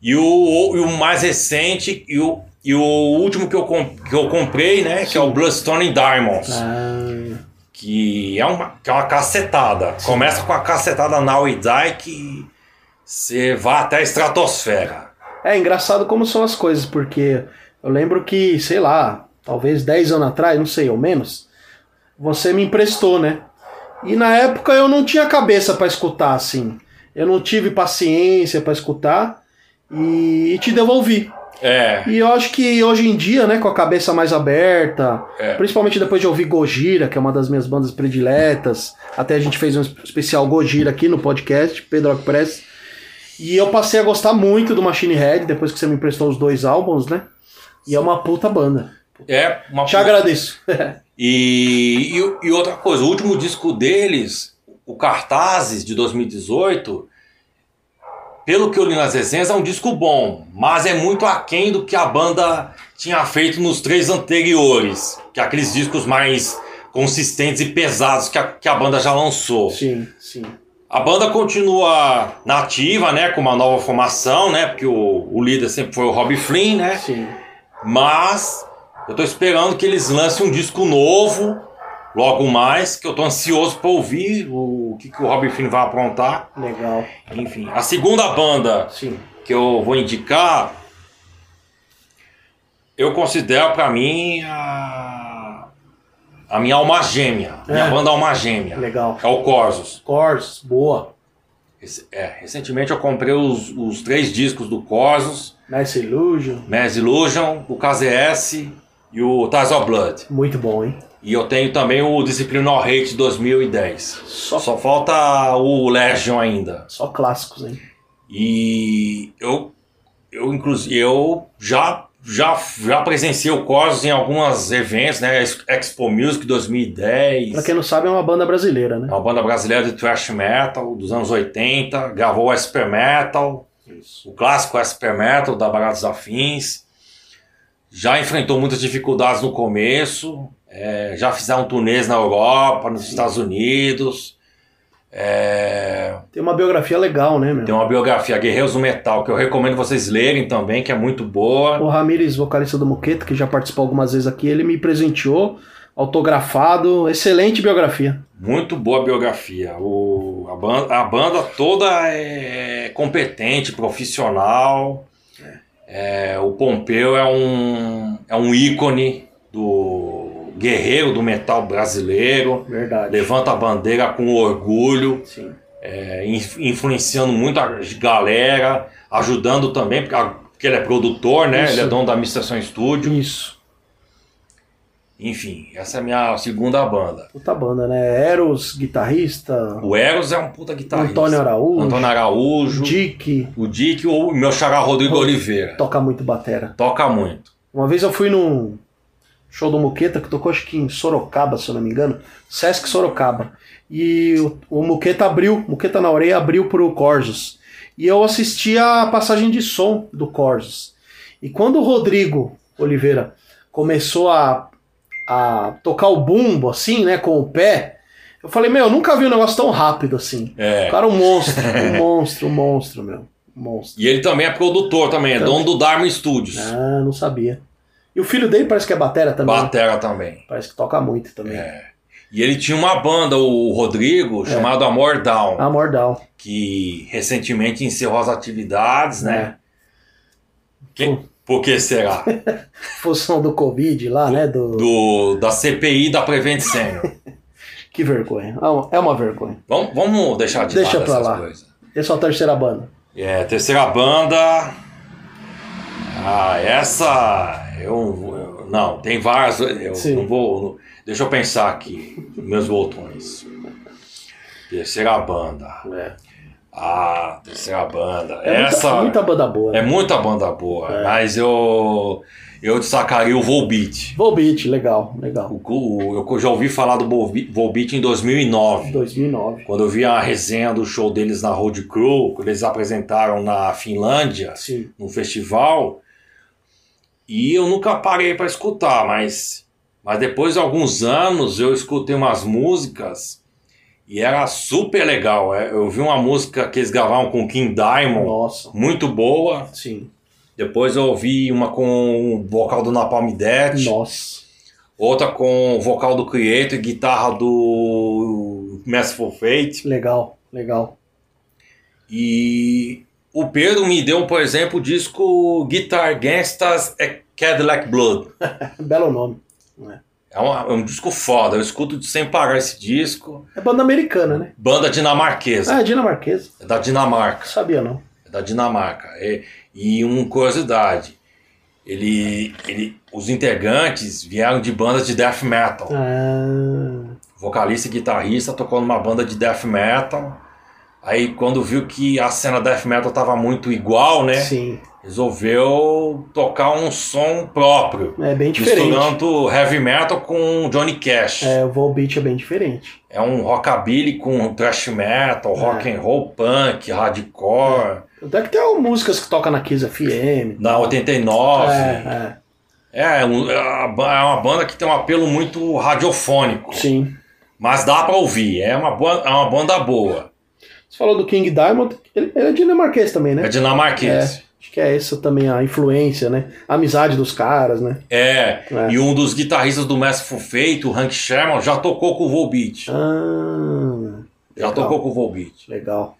C: E o, e o mais recente, e o, e o último que eu, com- que eu comprei, né? Que é o Bloodstone Diamonds.
B: Ah,
C: Que, é uma, que é uma cacetada. Começa com a cacetada Now e Die que você vai até a estratosfera.
B: É engraçado como são as coisas, porque eu lembro que, sei lá, talvez 10 anos atrás, não sei, ou menos, você me emprestou, né? E na época eu não tinha cabeça pra escutar, assim. Eu não tive paciência pra escutar e, e te devolvi.
C: É,
B: E eu acho que hoje em dia, né, com a cabeça mais aberta,
C: É.
B: principalmente depois de ouvir Gojira, que é uma das minhas bandas prediletas, até a gente fez um es- especial Gojira aqui no podcast, Pedro Rock Press, e eu passei a gostar muito do Machine Head, depois que você me emprestou os dois álbuns, né? E é uma puta banda.
C: é uma
B: Te agradeço.
C: E, e, e outra coisa, o último disco deles, o Cartazes de 2018, pelo que eu li nas resenhas, é um disco bom, mas é muito aquém do que a banda tinha feito nos três anteriores, que é aqueles discos mais consistentes e pesados que a, que a banda já lançou.
B: Sim, sim.
C: A banda continua nativa, né, com uma nova formação, né, porque o, o líder sempre foi o Rob Flynn, né,
B: Sim.
C: mas eu tô esperando que eles lancem um disco novo logo mais, que eu tô ansioso pra ouvir o, o que, que o Rob Flynn vai aprontar.
B: Legal.
C: Enfim, a segunda banda
B: Sim.
C: que eu vou indicar, eu considero pra mim a, a minha alma gêmea, minha
B: É.
C: banda alma gêmea,
B: Legal.
C: é o Corsos.
B: Cors, boa.
C: Rec- é, recentemente eu comprei os, os três discos do Corsos,
B: Nice Illusion.
C: Mass Illusion, o KZS e o Ties of Blood.
B: Muito bom, hein?
C: E eu tenho também o Disciplina All Hate 2010.
B: Só,
C: Só falta o Legion ainda.
B: só clássicos, hein?
C: E eu eu inclusive eu já já já presenciei o Corsos em alguns eventos, né? Ex- Expo Music
B: Pra
C: 2010.
B: quem não sabe, é uma banda brasileira, né?
C: Uma banda brasileira de thrash metal dos anos 80, gravou o SP Metal,
B: Isso.
C: o clássico SP Metal da Baratos Afins. Já enfrentou muitas dificuldades no começo, é, já fizeram turnês na Europa, nos Estados Unidos. é,
B: Tem uma biografia legal, né, meu?
C: tem uma biografia, Guerreiros do Metal, que eu recomendo vocês lerem também, que é muito boa.
B: O Ramires, vocalista do Moqueta, que já participou algumas vezes aqui, ele me presenteou, autografado, excelente biografia.
C: Muito boa a biografia. O, a, ban- a banda toda é competente, profissional. É, o Pompeu é um, é um ícone do guerreiro do metal brasileiro.
B: Verdade.
C: Levanta a bandeira com orgulho,
B: Sim.
C: é, inf- influenciando muito a galera, ajudando também, porque, a- porque ele é produtor, né?
B: Isso.
C: Ele é dono da Administração Estúdio.
B: Isso.
C: Enfim, essa é a minha segunda banda.
B: Puta banda, né? Eros, guitarrista,
C: O Eros é um puta guitarrista.
B: Antônio Araújo,
C: Antônio Araújo.
B: Dick,
C: O Dick ou o meu xará Rodrigo
B: Então,
C: Oliveira.
B: toca muito batera.
C: Toca muito.
B: Uma vez eu fui num show do Moqueta, que tocou acho que em Sorocaba, se eu não me engano, Sesc Sorocaba. E o, o Moqueta abriu, Moqueta na orelha abriu pro Corsos. E eu assisti a passagem de som do Corsos. E quando o Rodrigo Oliveira começou a, a tocar o bumbo, assim, né, com o pé, eu falei, meu, eu nunca vi um negócio tão rápido assim.
C: É.
B: O cara é um monstro, um monstro, um monstro, meu. Um monstro.
C: E ele também é produtor também, é
B: Também.
C: dono do Dharma Studios.
B: Ah, não sabia. E o filho dele parece que é batera também. né?
C: Batera também.
B: Parece que toca muito também.
C: E ele tinha uma banda, o Rodrigo,
B: É.
C: chamado Amor Down,
B: A Mordal.
C: que recentemente encerrou as atividades,
B: É.
C: né? Que- Por que será?
B: Função do Covid lá, né? Do...
C: Do, da CPI da Prevent Senior.
B: Que vergonha. É uma- É uma vergonha.
C: Vamos, vamos deixar de
B: Deixa
C: lado
B: pra
C: essas
B: lá.
C: coisas.
B: E a sua terceira banda?
C: É, terceira banda. Ah, essa. Eu, eu- não, tem várias. Eu
B: Sim.
C: não vou. não- deixa eu pensar aqui, meus botões. Terceira banda.
B: É.
C: Ah, terceira banda.
B: É
C: essa
B: muita, É. muita banda boa.
C: é
B: Né?
C: muita banda boa, mas eu eu destacaria o Volbeat.
B: é- Volbeat, legal, legal.
C: O- o- eu já ouvi falar do Volbeat Volbeat em 2009.
B: 2009.
C: Quando eu vi a resenha do show deles na Road Crew, quando eles apresentaram na Finlândia,
B: Sim.
C: num festival e eu nunca parei para escutar, mas mas depois de alguns anos eu escutei umas músicas E era super legal. é. Eu vi uma música que eles gravaram com o King Diamond,
B: Nossa.
C: muito boa.
B: Sim.
C: Depois eu ouvi uma com o vocal do Napalm Death,
B: Nossa.
C: outra com o vocal do Creator e guitarra do Merciful Fate.
B: Legal, legal.
C: E o Pedro me deu, por exemplo, o disco Guitar Gangstas é Cadillac Blood.
B: um Belo nome.
C: É um, é um disco foda, eu escuto sem parar esse disco.
B: É banda americana, né?
C: Banda dinamarquesa,
B: Ah, é dinamarquesa.
C: é da Dinamarca.
B: Não sabia, não.
C: é da Dinamarca. É, e uma curiosidade, ele, ele, os integrantes vieram de bandas de death metal.
B: Ah,
C: Vocalista e guitarrista tocou numa banda de death metal. Aí quando viu que a cena death metal tava muito igual,
B: É.
C: né?
B: sim.
C: Resolveu tocar um som próprio.
B: É bem diferente.
C: Misturando heavy metal com Johnny Cash. É,
B: É, o Volbeat é bem diferente.
C: um rockabilly com thrash metal,
B: É.
C: rock and roll, punk, hardcore.
B: Até que tem músicas que toca na Kiss FM.
C: Na 89.
B: É,
C: É, um- é uma ba- é uma banda que tem um apelo muito radiofônico,
B: é. Sim.
C: mas dá pra ouvir, é uma, boa, é uma banda boa,
B: Você falou do King Diamond, ele, ele é dinamarquês também, né?
C: é dinamarquês.
B: Acho que é essa também a influência, né? A amizade dos caras, né?
C: É.
B: É.
C: e um dos guitarristas do Massive Fate, o Hank Sherman, já tocou com o Volbeat,
B: Ah,
C: já
B: legal,
C: tocou com o Volbeat.
B: Legal.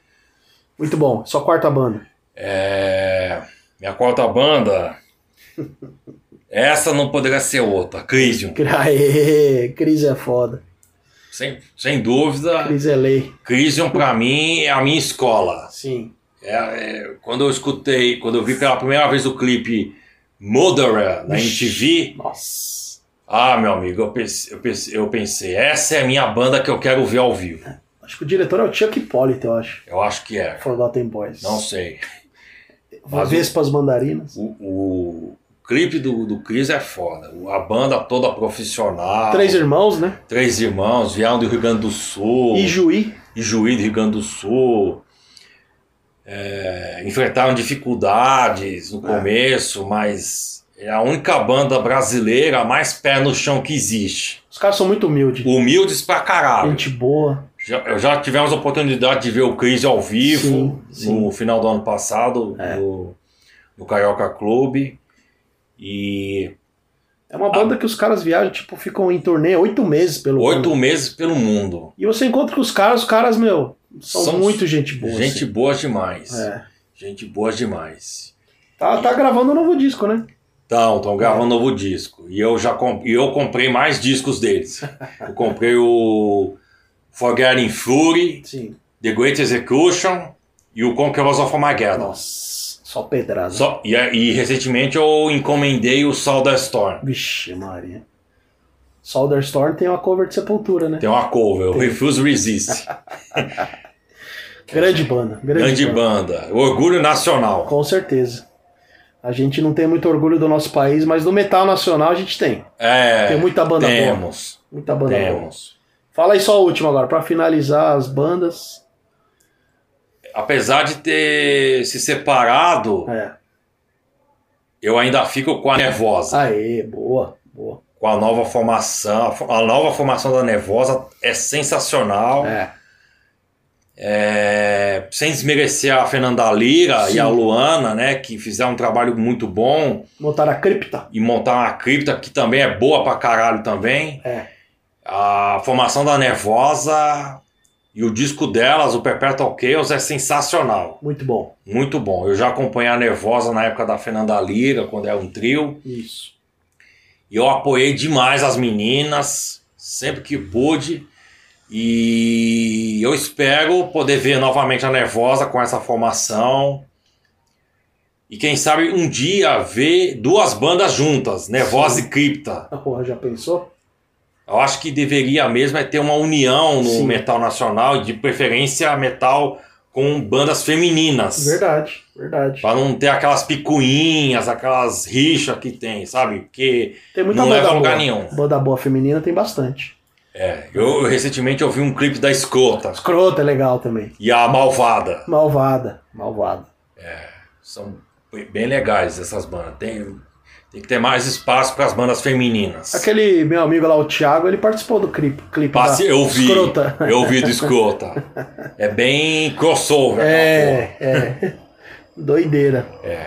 B: Muito bom. Só quarta banda.
C: É, minha quarta banda, essa não poderia ser outra, Crisium,
B: Aê, Cris é foda.
C: sem, sem dúvida,
B: Cris é lei.
C: Crisium pra mim é a minha escola.
B: Sim.
C: É, é, quando eu escutei, quando eu vi pela primeira vez o clipe Murderer na
B: Vixe.
C: MTV,
B: Nossa.
C: ah, meu amigo, eu pensei, eu, pensei, eu pensei, essa é a minha banda que eu quero ver ao vivo.
B: Acho que o diretor é o Chuck Hipólito, eu acho.
C: Eu acho que é.
B: Forgotten Boys.
C: Não sei. mas o-
B: Vespas Mandarinas.
C: O, o clipe do, do Chris é foda. O- A banda toda profissional.
B: Três irmãos, né?
C: Três irmãos, vieram do Rio Grande do Sul.
B: E Juí.
C: Ijuí do Rio Grande do Sul. É, enfrentaram dificuldades no
B: É.
C: começo, mas é a única banda brasileira mais pé no chão que existe.
B: Os caras são muito humildes.
C: Humildes pra caralho.
B: Gente boa.
C: Já, eu já tivemos a oportunidade de ver o Cris ao vivo
B: Sim, sim.
C: no final do ano passado,
B: É.
C: no, no Carioca Clube. E
B: É uma banda que os caras viajam, tipo, ficam em turnê oito meses pelo
C: Ah. oito
B: mundo.
C: meses pelo mundo.
B: E você encontra com os caras, os caras, meu, são,
C: São
B: muito gente boa.
C: Gente
B: assim.
C: boa demais.
B: É.
C: Gente boa demais.
B: Tá, tá gravando um novo disco, né?
C: Então, estão gravando
B: É.
C: um novo disco. E eu já com- e eu comprei mais discos deles. Eu comprei o Forgetting Fury,
B: Sim.
C: The Great Execution e o Conquerors of Armageddon.
B: Nossa, só pedrada.
C: Só, e, e recentemente eu encomendei o Soul Storm.
B: Vixe, Maria. Solder Storm tem uma cover de Sepultura, né?
C: Tem uma cover, o
B: Tem.
C: Refuse Resist.
B: Grande banda. Grande,
C: Grande
B: banda.
C: banda. Orgulho Nacional.
B: Com certeza. A gente não tem muito orgulho do nosso país, mas do metal nacional a gente tem.
C: É,
B: tem muita banda boa.
C: temos.
B: Muita banda boa.
C: Temos.
B: Fala aí só a última agora, pra finalizar as bandas.
C: Apesar de ter se separado,
B: É.
C: eu ainda fico com a nervosa.
B: Aê, boa, boa.
C: com a nova formação. a fo- A nova formação da Nervosa é sensacional.
B: É,
C: É, sem desmerecer a Fernanda Lira
B: Sim.
C: e a Luana, né? Que fizeram um trabalho muito bom
B: montaram a cripta.
C: e montaram uma cripta que também é boa pra caralho também.
B: É.
C: A formação da Nervosa e o disco delas, o Perpetual Chaos, é sensacional.
B: Muito bom.
C: Muito bom. Eu já acompanhei a Nervosa na época da Fernanda Lira, quando era um trio.
B: Isso.
C: E eu apoiei demais as meninas, sempre que pude. E eu espero poder ver novamente a Nervosa com essa formação. E quem sabe um dia ver duas bandas juntas, Nervosa e Cripta.
B: A porra já pensou?
C: Eu acho que deveria mesmo é ter uma união no
B: Sim.
C: metal nacional, de preferência metal com bandas femininas.
B: Verdade, verdade.
C: Pra não ter aquelas picuinhas, aquelas rixas que tem, sabe? Porque
B: Tem muita
C: não
B: banda
C: leva a
B: boa.
C: lugar nenhum.
B: Banda boa feminina tem bastante.
C: É, eu recentemente ouvi um clipe da Escrota
B: Escrota é legal também.
C: e a Malvada.
B: Malvada, malvada.
C: São bem legais essas bandas. Tem, tem Tem que ter mais espaço para as bandas femininas.
B: Aquele meu amigo lá, o Thiago, ele participou do clipe, clipe
C: Passe,
B: da
C: eu vi.
B: Escrota.
C: Eu vi do escrota. É bem crossover. né? aquela
B: É, é. Doideira.
C: É.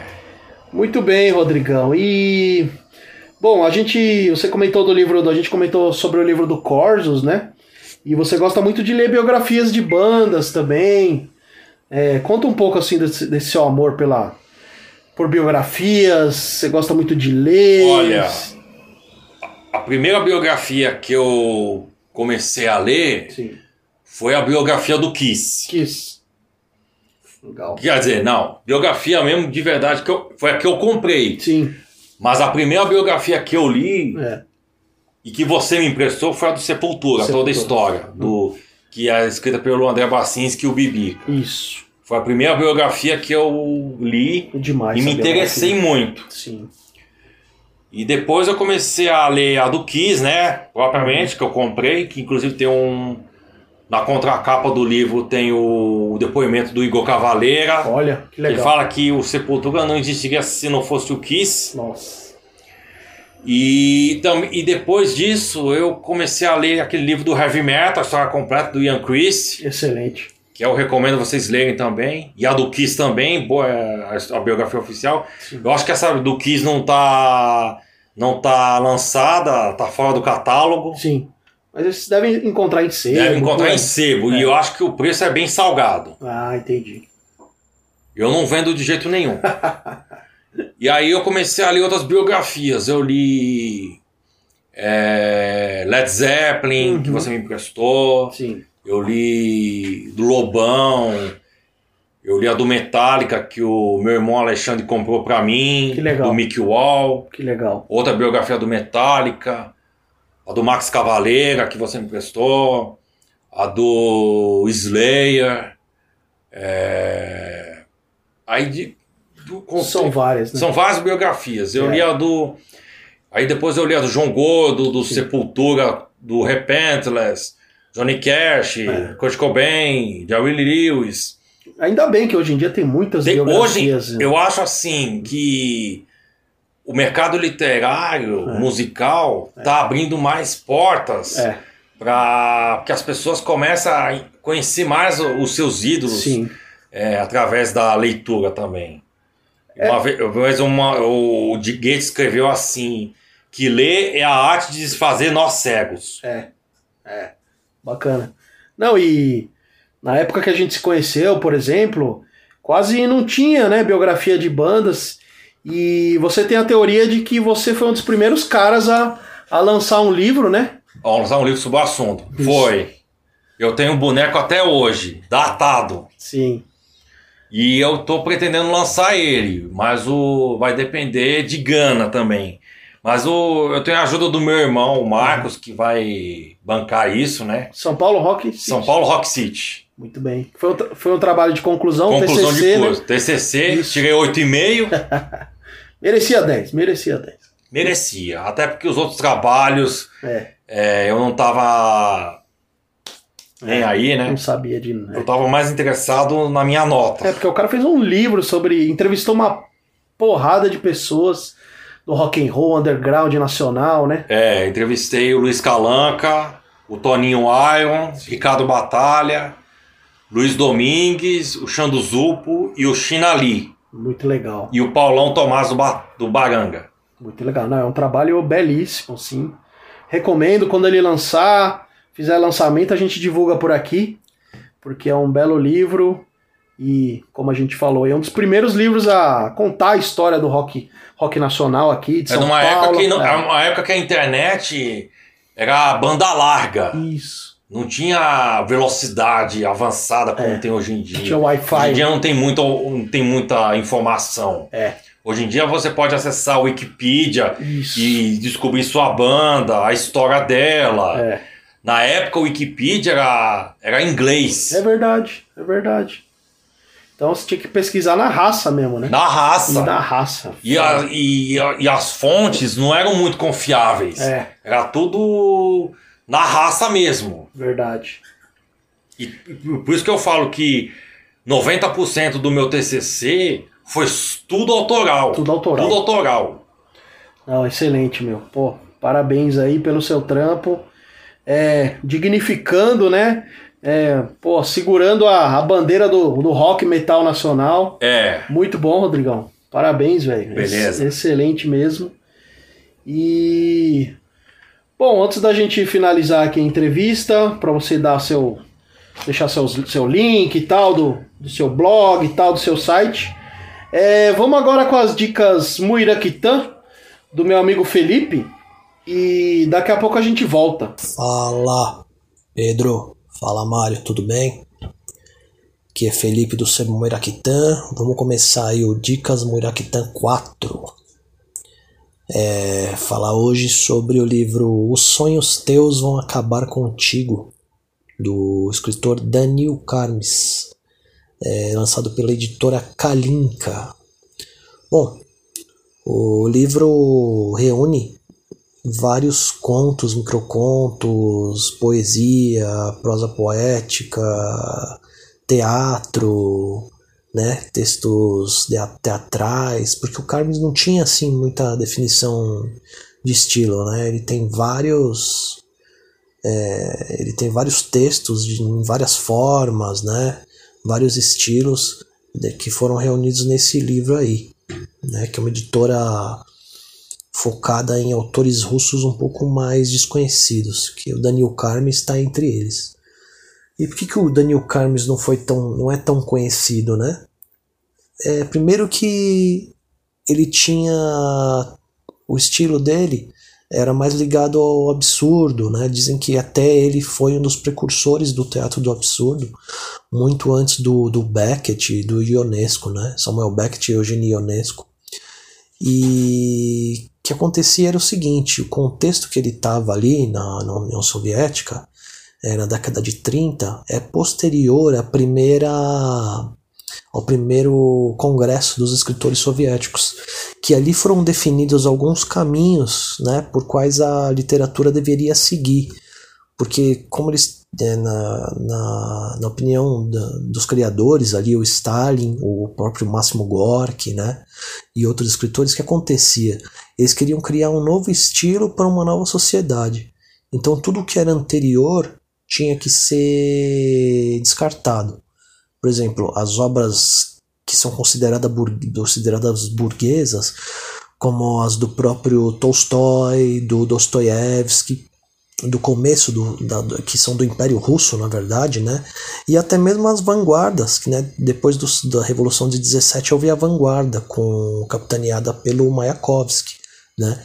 B: Muito bem, Rodrigão. E bom, a gente, você comentou do livro, a gente comentou sobre o livro do Corsos, né? E você gosta muito de ler biografias de bandas também. É, conta um pouco assim desse, desse seu amor pela por biografias. Você gosta muito de ler.
C: Olha, porra. A primeira biografia que eu comecei a ler
B: sim,
C: foi a biografia do Kiss.
B: quis. Legal.
C: Quer dizer, não, biografia mesmo de verdade que eu, foi a que eu comprei.
B: Sim,
C: Mas a primeira biografia que eu li
B: é.
C: e que você me emprestou foi a do Sepultura,
B: Sepultura.
C: toda a história. Do, que é escrita pelo André Bacinski e o Bibi.
B: Isso.
C: Foi a primeira biografia que eu li
B: Demais.
C: e me
B: essa biografia.
C: interessei muito.
B: Sim.
C: E depois eu comecei a ler a do Kiss, né? Propriamente, que eu comprei, que inclusive tem um. Na contracapa do livro tem o, o depoimento do Igor Cavaleira.
B: Olha, que
C: Ele
B: legal.
C: fala que o Sepultura não existiria se não fosse o Kiss.
B: Nossa.
C: E, tam- e depois disso eu comecei a ler aquele livro do Heavy Metal, a história completa do Ian Chris.
B: Excelente.
C: que eu recomendo vocês lerem também. E a do Kiss também, boa, é a, a biografia oficial. Eu acho que essa do Kiss não tá, não tá lançada, tá fora do catálogo.
B: Sim. Mas eles devem encontrar em sebo.
C: Deve encontrar
B: né?
C: em sebo.
B: É.
C: E eu acho que o preço é bem salgado.
B: Ah, entendi.
C: Eu não vendo de jeito nenhum. e aí eu comecei a ler outras biografias. Eu li eh, Led Zeppelin, que
B: Uhum.
C: você me emprestou.
B: Sim.
C: Eu li do Lobão, eu li a do Metallica que o meu irmão Alexandre comprou pra mim,
B: Que legal.
C: do Mick Wall,
B: Que legal.
C: outra biografia do Metallica, a do Max Cavaleira que você me prestou, a do Slayer. é, Aí de... do- com-
B: São várias, né?
C: são várias biografias. Eu
B: É.
C: li a do. Aí depois eu li a do João Gordo, do
B: Sim.
C: Sepultura, do Repentless, Johnny Cash,
B: É.
C: Kurt Cobain, Jerry Lee Lewis.
B: Ainda bem que hoje em dia tem muitas
C: Tem- hoje,
B: biografias. né?
C: eu acho assim que o mercado literário,
B: É.
C: musical, tá abrindo mais portas
B: É,
C: para que as pessoas comecem a conhecer mais o- os seus ídolos
B: sim.
C: é, através da leitura também.
B: É.
C: Uma vez, uma vez uma- o de Gates escreveu assim: que ler é a arte de desfazer nós cegos.
B: Bacana. Não, e na época que a gente se conheceu, por exemplo, quase não tinha, né, biografia de bandas. E você tem a teoria de que você foi um dos primeiros caras a, a lançar um livro, né?
C: Ó, lançar um livro sobre o assunto.
B: Isso.
C: Foi. Eu tenho um boneco até hoje, datado.
B: Sim.
C: E eu tô pretendendo lançar ele, mas o vai depender de Gana também. Mas o, eu tenho a ajuda do meu irmão, o Marcos, que vai bancar isso, né?
B: São Paulo Rock City.
C: São Paulo Rock City.
B: Muito bem. Foi um, tra- foi um trabalho de conclusão,
C: Conclusão
B: TCC,
C: de
B: né?
C: curso. TCC,
B: Isso.
C: tirei 8,5.
B: Merecia 10, merecia 10.
C: Merecia, até porque os outros trabalhos
B: É,
C: é, eu não tava
B: É.
C: nem aí, né?
B: não sabia de nada.
C: Eu tava mais interessado na minha
B: É,
C: nota.
B: porque o cara fez um livro sobre. entrevistou uma porrada de pessoas do rock and roll, underground, nacional, né?
C: É, entrevistei o Luiz Calanca, o Toninho Iron, Ricardo Batalha, Luiz Domingues, o Xando Zupo e o Chinali.
B: Muito legal,
C: E o Paulão Tomás do, Ba- do Baranga.
B: muito legal. Não, é um trabalho belíssimo, sim. Recomendo quando ele lançar, fizer lançamento, a gente divulga por aqui, porque é um belo livro e, como a gente falou, é um dos primeiros livros a contar a história do rock, rock nacional aqui de
C: É
B: São
C: numa
B: Paulo.
C: época que não-
B: É.
C: é uma época que a internet era banda larga.
B: Isso.
C: Não tinha velocidade avançada como
B: É.
C: tem hoje em dia.
B: Tinha
C: Hoje em
B: Wi-Fi.
C: dia não tem, muito, não tem muita informação.
B: É.
C: Hoje em dia você pode acessar a Wikipedia
B: Isso.
C: e descobrir sua banda, a história dela.
B: É.
C: Na época, o Wikipedia era, era em inglês,
B: É verdade, é verdade. Então você tinha que pesquisar na raça mesmo, né?
C: na raça.
B: Na raça.
C: E, a- e a- e as fontes não eram muito confiáveis.
B: É,
C: Era tudo na raça mesmo.
B: verdade.
C: E por por isso que eu falo que 90% do meu TCC foi s- tudo autoral.
B: Tudo autoral.
C: Tudo autoral.
B: Não, excelente, meu. Pô, parabéns aí pelo seu trampo. É, dignificando, né? É, pô, segurando a, a bandeira do, do rock metal nacional.
C: É.
B: Muito bom, Rodrigão. Parabéns, velho.
C: Beleza.
B: Ex- Excelente mesmo. E. Bom, antes da gente finalizar aqui a entrevista, para você dar seu. deixar seus, seu link e tal, do, do seu blog e tal, do seu site. É, vamos agora com as dicas Muiraquitã, do meu amigo Felipe. E daqui a pouco a gente volta.
D: Fala, Pedro. Fala, Mário. Tudo bem? Aqui é Felipe do Sebo Muiraquitã. Vamos começar aí o Dicas Muiraquitã 4. É, falar hoje sobre o livro Os Sonhos Teus Vão Acabar Contigo, do escritor Danil Carmes, é, lançado pela editora Kalinka. Bom, o livro reúne vários contos, microcontos, poesia, prosa poética, teatro, né, textos dea- teatrais, porque o Carmes não tinha assim muita definição de estilo, né? Ele tem vários é, ele tem vários textos de, em várias formas, né? Vários estilos de- que foram reunidos nesse livro aí, né? Que é uma editora focada em autores russos um pouco mais desconhecidos, que o Daniel Carmes está entre eles. E por que, que o Daniel Carmes não foi tão, não é tão conhecido, né? É, primeiro que ele tinha o estilo dele era mais ligado ao absurdo, né? Dizem que até ele foi um dos precursores do teatro do absurdo, muito antes do, do Beckett, e do Ionesco, né? Samuel Beckett e Eugênio Ionesco. E o que acontecia era o seguinte: o contexto que ele estava ali na, na União Soviética, eh, na década de 30, é posterior à primeira, ao primeiro Congresso dos Escritores Soviéticos, que ali foram definidos alguns caminhos né, por quais a literatura deveria seguir. Porque, como eles, eh, na, na, na opinião da- dos criadores ali, o Stalin, o próprio Máximo Gorky, né? e outros escritores, o que acontecia? Eles queriam criar um novo estilo para uma nova sociedade. Então tudo que era anterior tinha que ser descartado. Por exemplo, as obras que são considerada bur- consideradas burguesas, como as do próprio Tolstói, do Dostoiévski, do começo do, da- do- que são do Império Russo, na verdade, né? e até mesmo as vanguardas, que né, depois dos- da Revolução de 17 houve a vanguarda, com, capitaneada pelo Mayakovsky, né?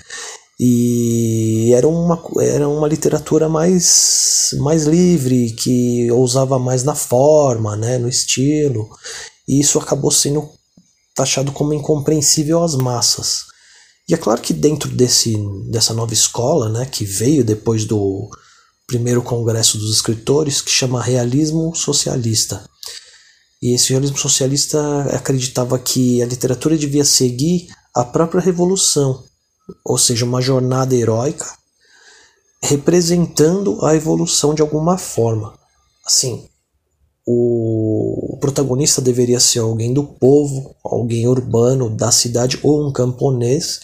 D: E era uma, co- era uma literatura mais, mais livre, que ousava mais na forma, né, no estilo, e isso acabou sendo taxado como incompreensível às massas. E é claro que dentro desse, dessa nova escola, né, que veio depois do, primeiro congresso dos escritores que chama Realismo Socialista. E esse realismo socialista acreditava que a literatura devia seguir a própria revolução, ou seja, uma jornada heróica representando a evolução de alguma forma. Assim, o protagonista deveria ser alguém do povo, alguém urbano da cidade ou um camponês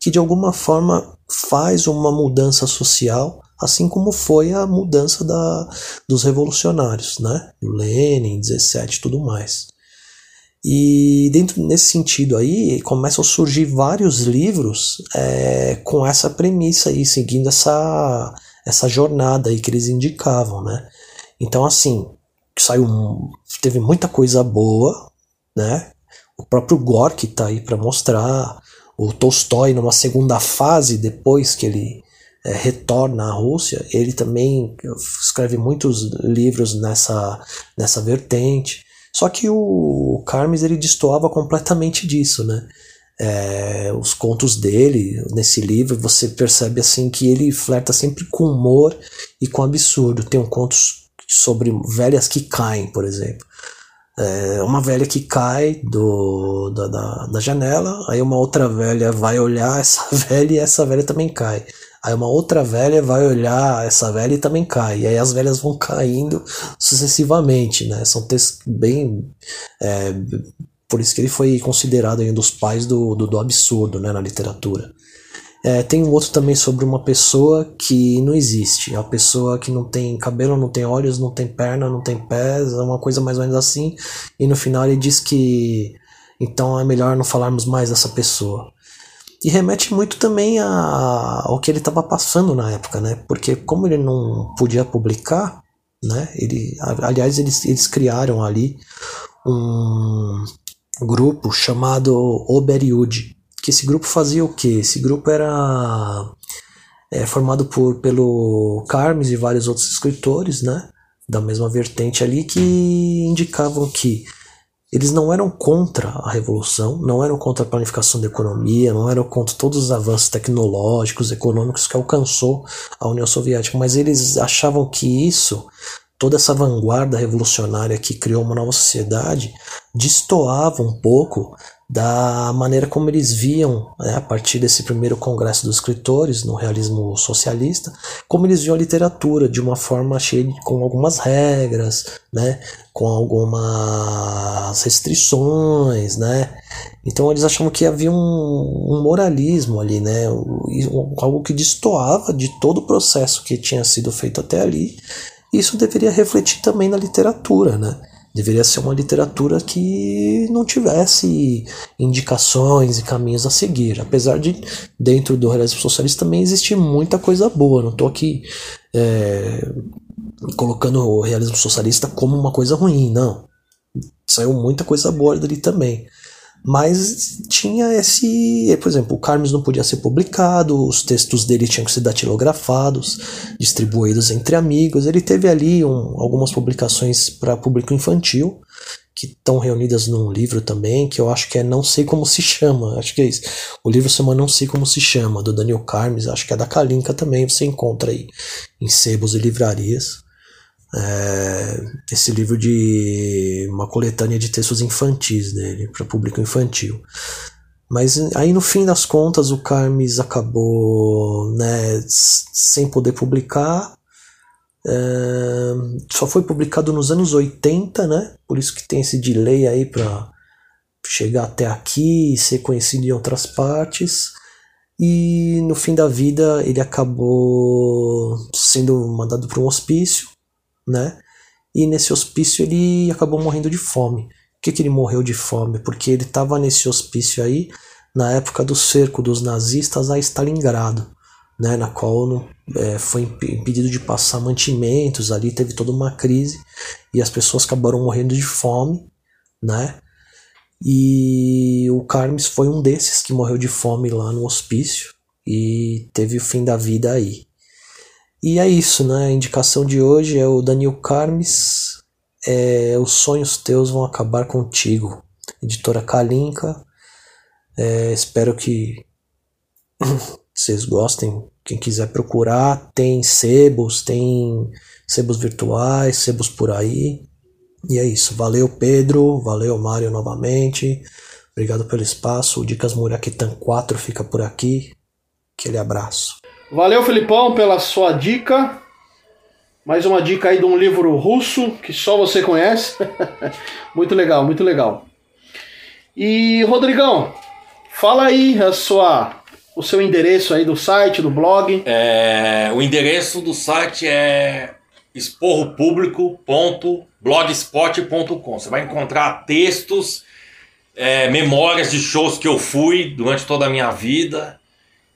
D: que de alguma forma faz uma mudança social, assim como foi a mudança da, dos revolucionários, né? Do Lenin, 17 e tudo mais. E dentro nesse sentido aí começam a surgir vários livros eh, com essa premissa aí, seguindo essa, essa jornada aí que eles indicavam, né? Então assim, saiu um- teve muita coisa boa, né? O próprio Gorky tá aí para mostrar, o Tolstói numa segunda fase depois que ele eh, retorna à Rússia, ele também escreve muitos livros nessa nessa vertente. Só que o Carmes ele destoava completamente disso, né? Eh, os contos dele nesse livro você percebe assim que ele flerta sempre com humor e com absurdo. Tem um conto sobre velhas que caem, por exemplo. É uma velha que cai do, da, da, da janela, aí uma outra velha vai olhar essa velha e essa velha também cai. Aí uma outra velha vai olhar essa velha e também cai. E aí as velhas vão caindo sucessivamente, né? São textos bem. é, por isso que ele foi considerado aí um dos pais do, do, do absurdo né, na literatura. É, tem um outro também sobre uma pessoa que não existe. É uma pessoa que não tem cabelo, não tem olhos, não tem perna, não tem pés, é uma coisa mais ou menos assim. E no final ele diz que então é melhor não falarmos mais dessa pessoa. E remete muito também a, ao que ele estava passando na época, né? Porque como ele não podia publicar, né? Ele, aliás, eles, eles criaram ali um grupo chamado Oberiud, que esse grupo fazia o que? Esse grupo era é, formado por, pelo Carmes e vários outros escritores, né? Da mesma vertente ali, que indicavam que eles não eram contra a revolução, não eram contra a planificação da economia, não eram contra todos os avanços tecnológicos, econômicos que alcançou a União Soviética, mas eles achavam que isso, toda essa vanguarda revolucionária que criou uma nova sociedade, destoava um pouco da maneira como eles viam, né, a partir desse primeiro congresso dos escritores no realismo socialista, como eles viam a literatura de uma forma cheia de, com algumas regras, né, com algumas restrições, né. Então eles achavam que havia um, um moralismo ali, né, um, algo que destoava de todo o processo que tinha sido feito até ali. Isso deveria refletir também na literatura, né deveria ser uma literatura que não tivesse indicações e caminhos a seguir, apesar de dentro do realismo socialista também existir muita coisa boa. Não estou aqui é, colocando o realismo socialista como uma coisa ruim, não. Saiu muita coisa boa dali também. Mas tinha esse. Por exemplo, o Carmes não podia ser publicado, os textos dele tinham que ser datilografados, distribuídos entre amigos. Ele teve ali um, algumas publicações para público infantil, que estão reunidas num livro também, que eu acho que é Não Sei Como Se Chama. Acho que é isso. O livro chama Não Sei Como Se Chama, do Daniel Carmes. Acho que é da Kalinka também. Você encontra aí em sebos e livrarias. É, esse livro de uma coletânea de textos infantis dele para público infantil. Mas aí no fim das contas o Carmes acabou né, sem poder publicar. É, só foi publicado nos anos 80, né? Por isso que tem esse delay aí para chegar até aqui e ser conhecido em outras partes. E no fim da vida ele acabou sendo mandado para um hospício né? E nesse hospício ele acabou morrendo de fome. Por que, que ele morreu de fome? Porque ele estava nesse hospício aí na época do cerco dos nazistas a Stalingrado, né? Na qual é, foi impedido de passar mantimentos ali, teve toda uma crise e as pessoas acabaram morrendo de fome, né? E o Carmes foi um desses que morreu de fome lá no hospício e teve o fim da vida aí. E é isso, né? A indicação de hoje é o Daniel Carmes. É, Os sonhos teus vão acabar contigo. Editora Kalinka. É, espero que vocês gostem. Quem quiser procurar, tem sebos, tem sebos virtuais, sebos por aí. E é isso. Valeu, Pedro. Valeu, Mário, novamente. Obrigado pelo espaço. O Dicas Muraquitan 4 fica por aqui. Aquele abraço.
B: Valeu, Filipão, pela sua dica. Mais uma dica aí de um livro russo que só você conhece. muito legal, muito legal. E Rodrigão, fala aí a sua, o seu endereço aí do site, do blog.
C: É, o endereço do site é esporropublico.blogspot.com. Você vai encontrar textos, é, memórias de shows que eu fui durante toda a minha vida.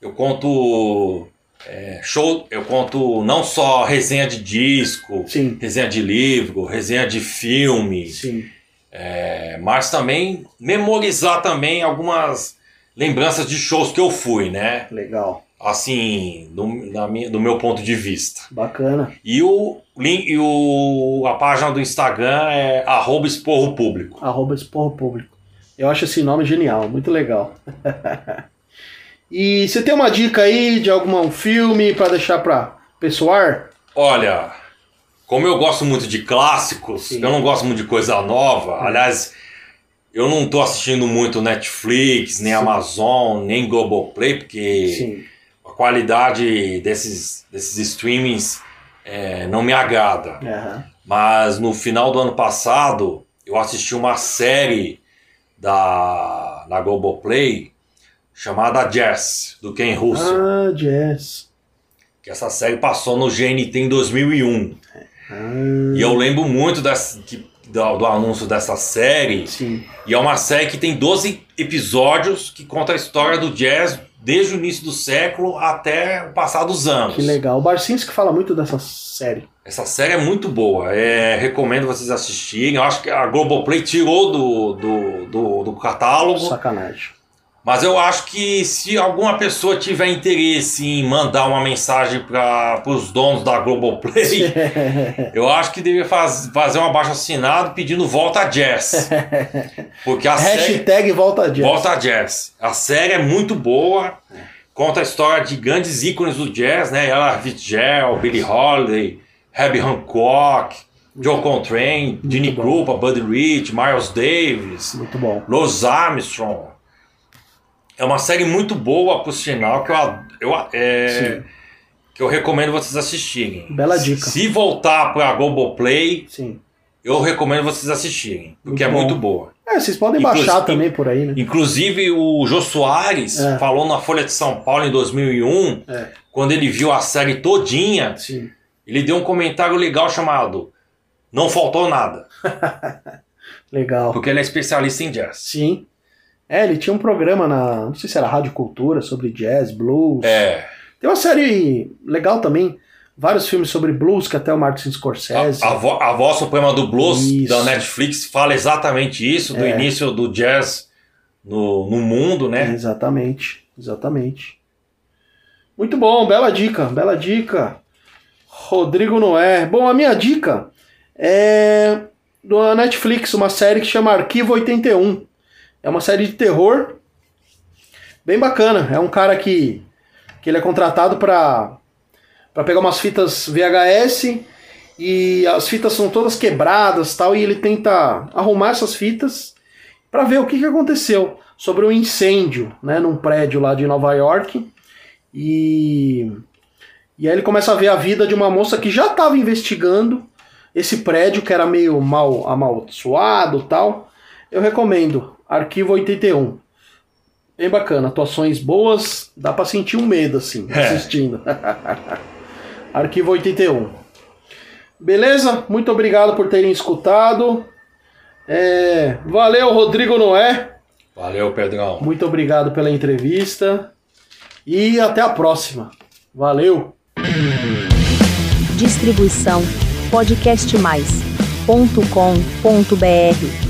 C: Eu conto é, show, eu conto não só resenha de disco,
B: Sim.
C: resenha de livro, resenha de filme,
B: Sim.
C: é, mas também memorizar também algumas lembranças de shows que eu fui, né?
B: Legal,
C: Assim, do, na minha- do meu ponto de vista.
B: bacana.
C: E, o, link, e o, a página do Instagram é arroba esporro público.
B: Arroba Esporro Público. Eu acho esse nome genial, muito legal. e você tem uma dica aí de algum filme pra deixar pra pessoal?
C: Olha, como eu gosto muito de clássicos,
B: Sim.
C: eu não gosto muito de coisa nova. Aliás, eu não tô assistindo muito Netflix, nem
B: Sim.
C: Amazon, nem Globoplay, porque a qualidade desses, desses streamings é, não me agrada.
B: Aham.
C: Mas no final do ano passado, eu assisti uma série da, na Globoplay chamada Jazz, do Ken Russo.
B: Ah, jazz.
C: Que essa série passou no GNT em 2001.
B: Ah,
C: E eu lembro muito dessa- que- do, do anúncio dessa série.
B: sim.
C: E é uma série que tem 12 episódios que conta a história do jazz desde o início do século até o passar dos anos.
B: Que legal. O Barcinski fala muito dessa série.
C: Essa série é muito boa. É, recomendo vocês assistirem. Eu acho que a Globoplay tirou do, do, do, do catálogo.
B: Sacanagem.
C: Mas eu acho que se alguma pessoa tiver interesse em mandar uma mensagem para os donos da Globoplay, eu acho que deveria faz- fazer um abaixo assinado pedindo volta a jazz. Porque a série.
B: Hashtag volta jazz.
C: Volta a jazz. A série é muito boa. Conta a história de grandes ícones do jazz, né? Ella Fitzgerald, Billie Holiday, Herbie Hancock, John Coltrane, Gene
B: bom.
C: Krupa, Buddy Rich, Miles Davis.
B: Muito bom.
C: Los Armstrong. É uma série muito boa, por sinal, que eu, ad- eu, a- é, que eu recomendo vocês assistirem.
B: Bela dica.
C: Se voltar para a Globoplay,
B: Sim.
C: eu recomendo vocês assistirem, porque
B: Muito
C: é
B: bom.
C: muito boa.
B: É, vocês podem
C: Inclusive-
B: baixar também por aí, né?
C: Inclusive, o Jô Soares
B: É.
C: falou na Folha de São Paulo em 2001,
B: É.
C: quando ele viu a série todinha,
B: Sim.
C: ele deu um comentário legal chamado Não Faltou Nada,
B: Legal.
C: porque ele é especialista em jazz.
B: Sim. É, ele tinha um programa na. Não sei se era Rádio Cultura, sobre jazz, blues.
C: É,
B: Tem uma série legal também. Vários filmes sobre blues, que até o Martin Scorsese.
C: A, a, vo- a voz suprema do blues
B: é Isso.
C: da Netflix fala exatamente isso, do
B: É.
C: início do jazz no, no mundo, né?
B: Exatamente, exatamente. Muito bom, bela dica, bela dica. Rodrigo Noé. Bom, a minha dica é da Netflix, uma série que chama Arquivo 81. É uma série de terror bem bacana. É um cara que, que ele é contratado para para pegar umas fitas VHS e as fitas são todas quebradas, tal, e ele tenta arrumar essas fitas para ver o que, que aconteceu sobre um incêndio, né, num prédio lá de Nova York. E e aí ele começa a ver a vida de uma moça que já estava investigando esse prédio que era meio mal amaldiçoado, tal. Eu recomendo Arquivo 81. Bem bacana, atuações boas, dá pra sentir um medo assim,
C: É.
B: assistindo. Arquivo 81. Beleza? Muito obrigado por terem escutado. É, valeu, Rodrigo Noé.
C: Valeu, Pedrão.
B: Muito obrigado pela entrevista e até a próxima. Valeu!
E: Distribuição podcastmais.com.br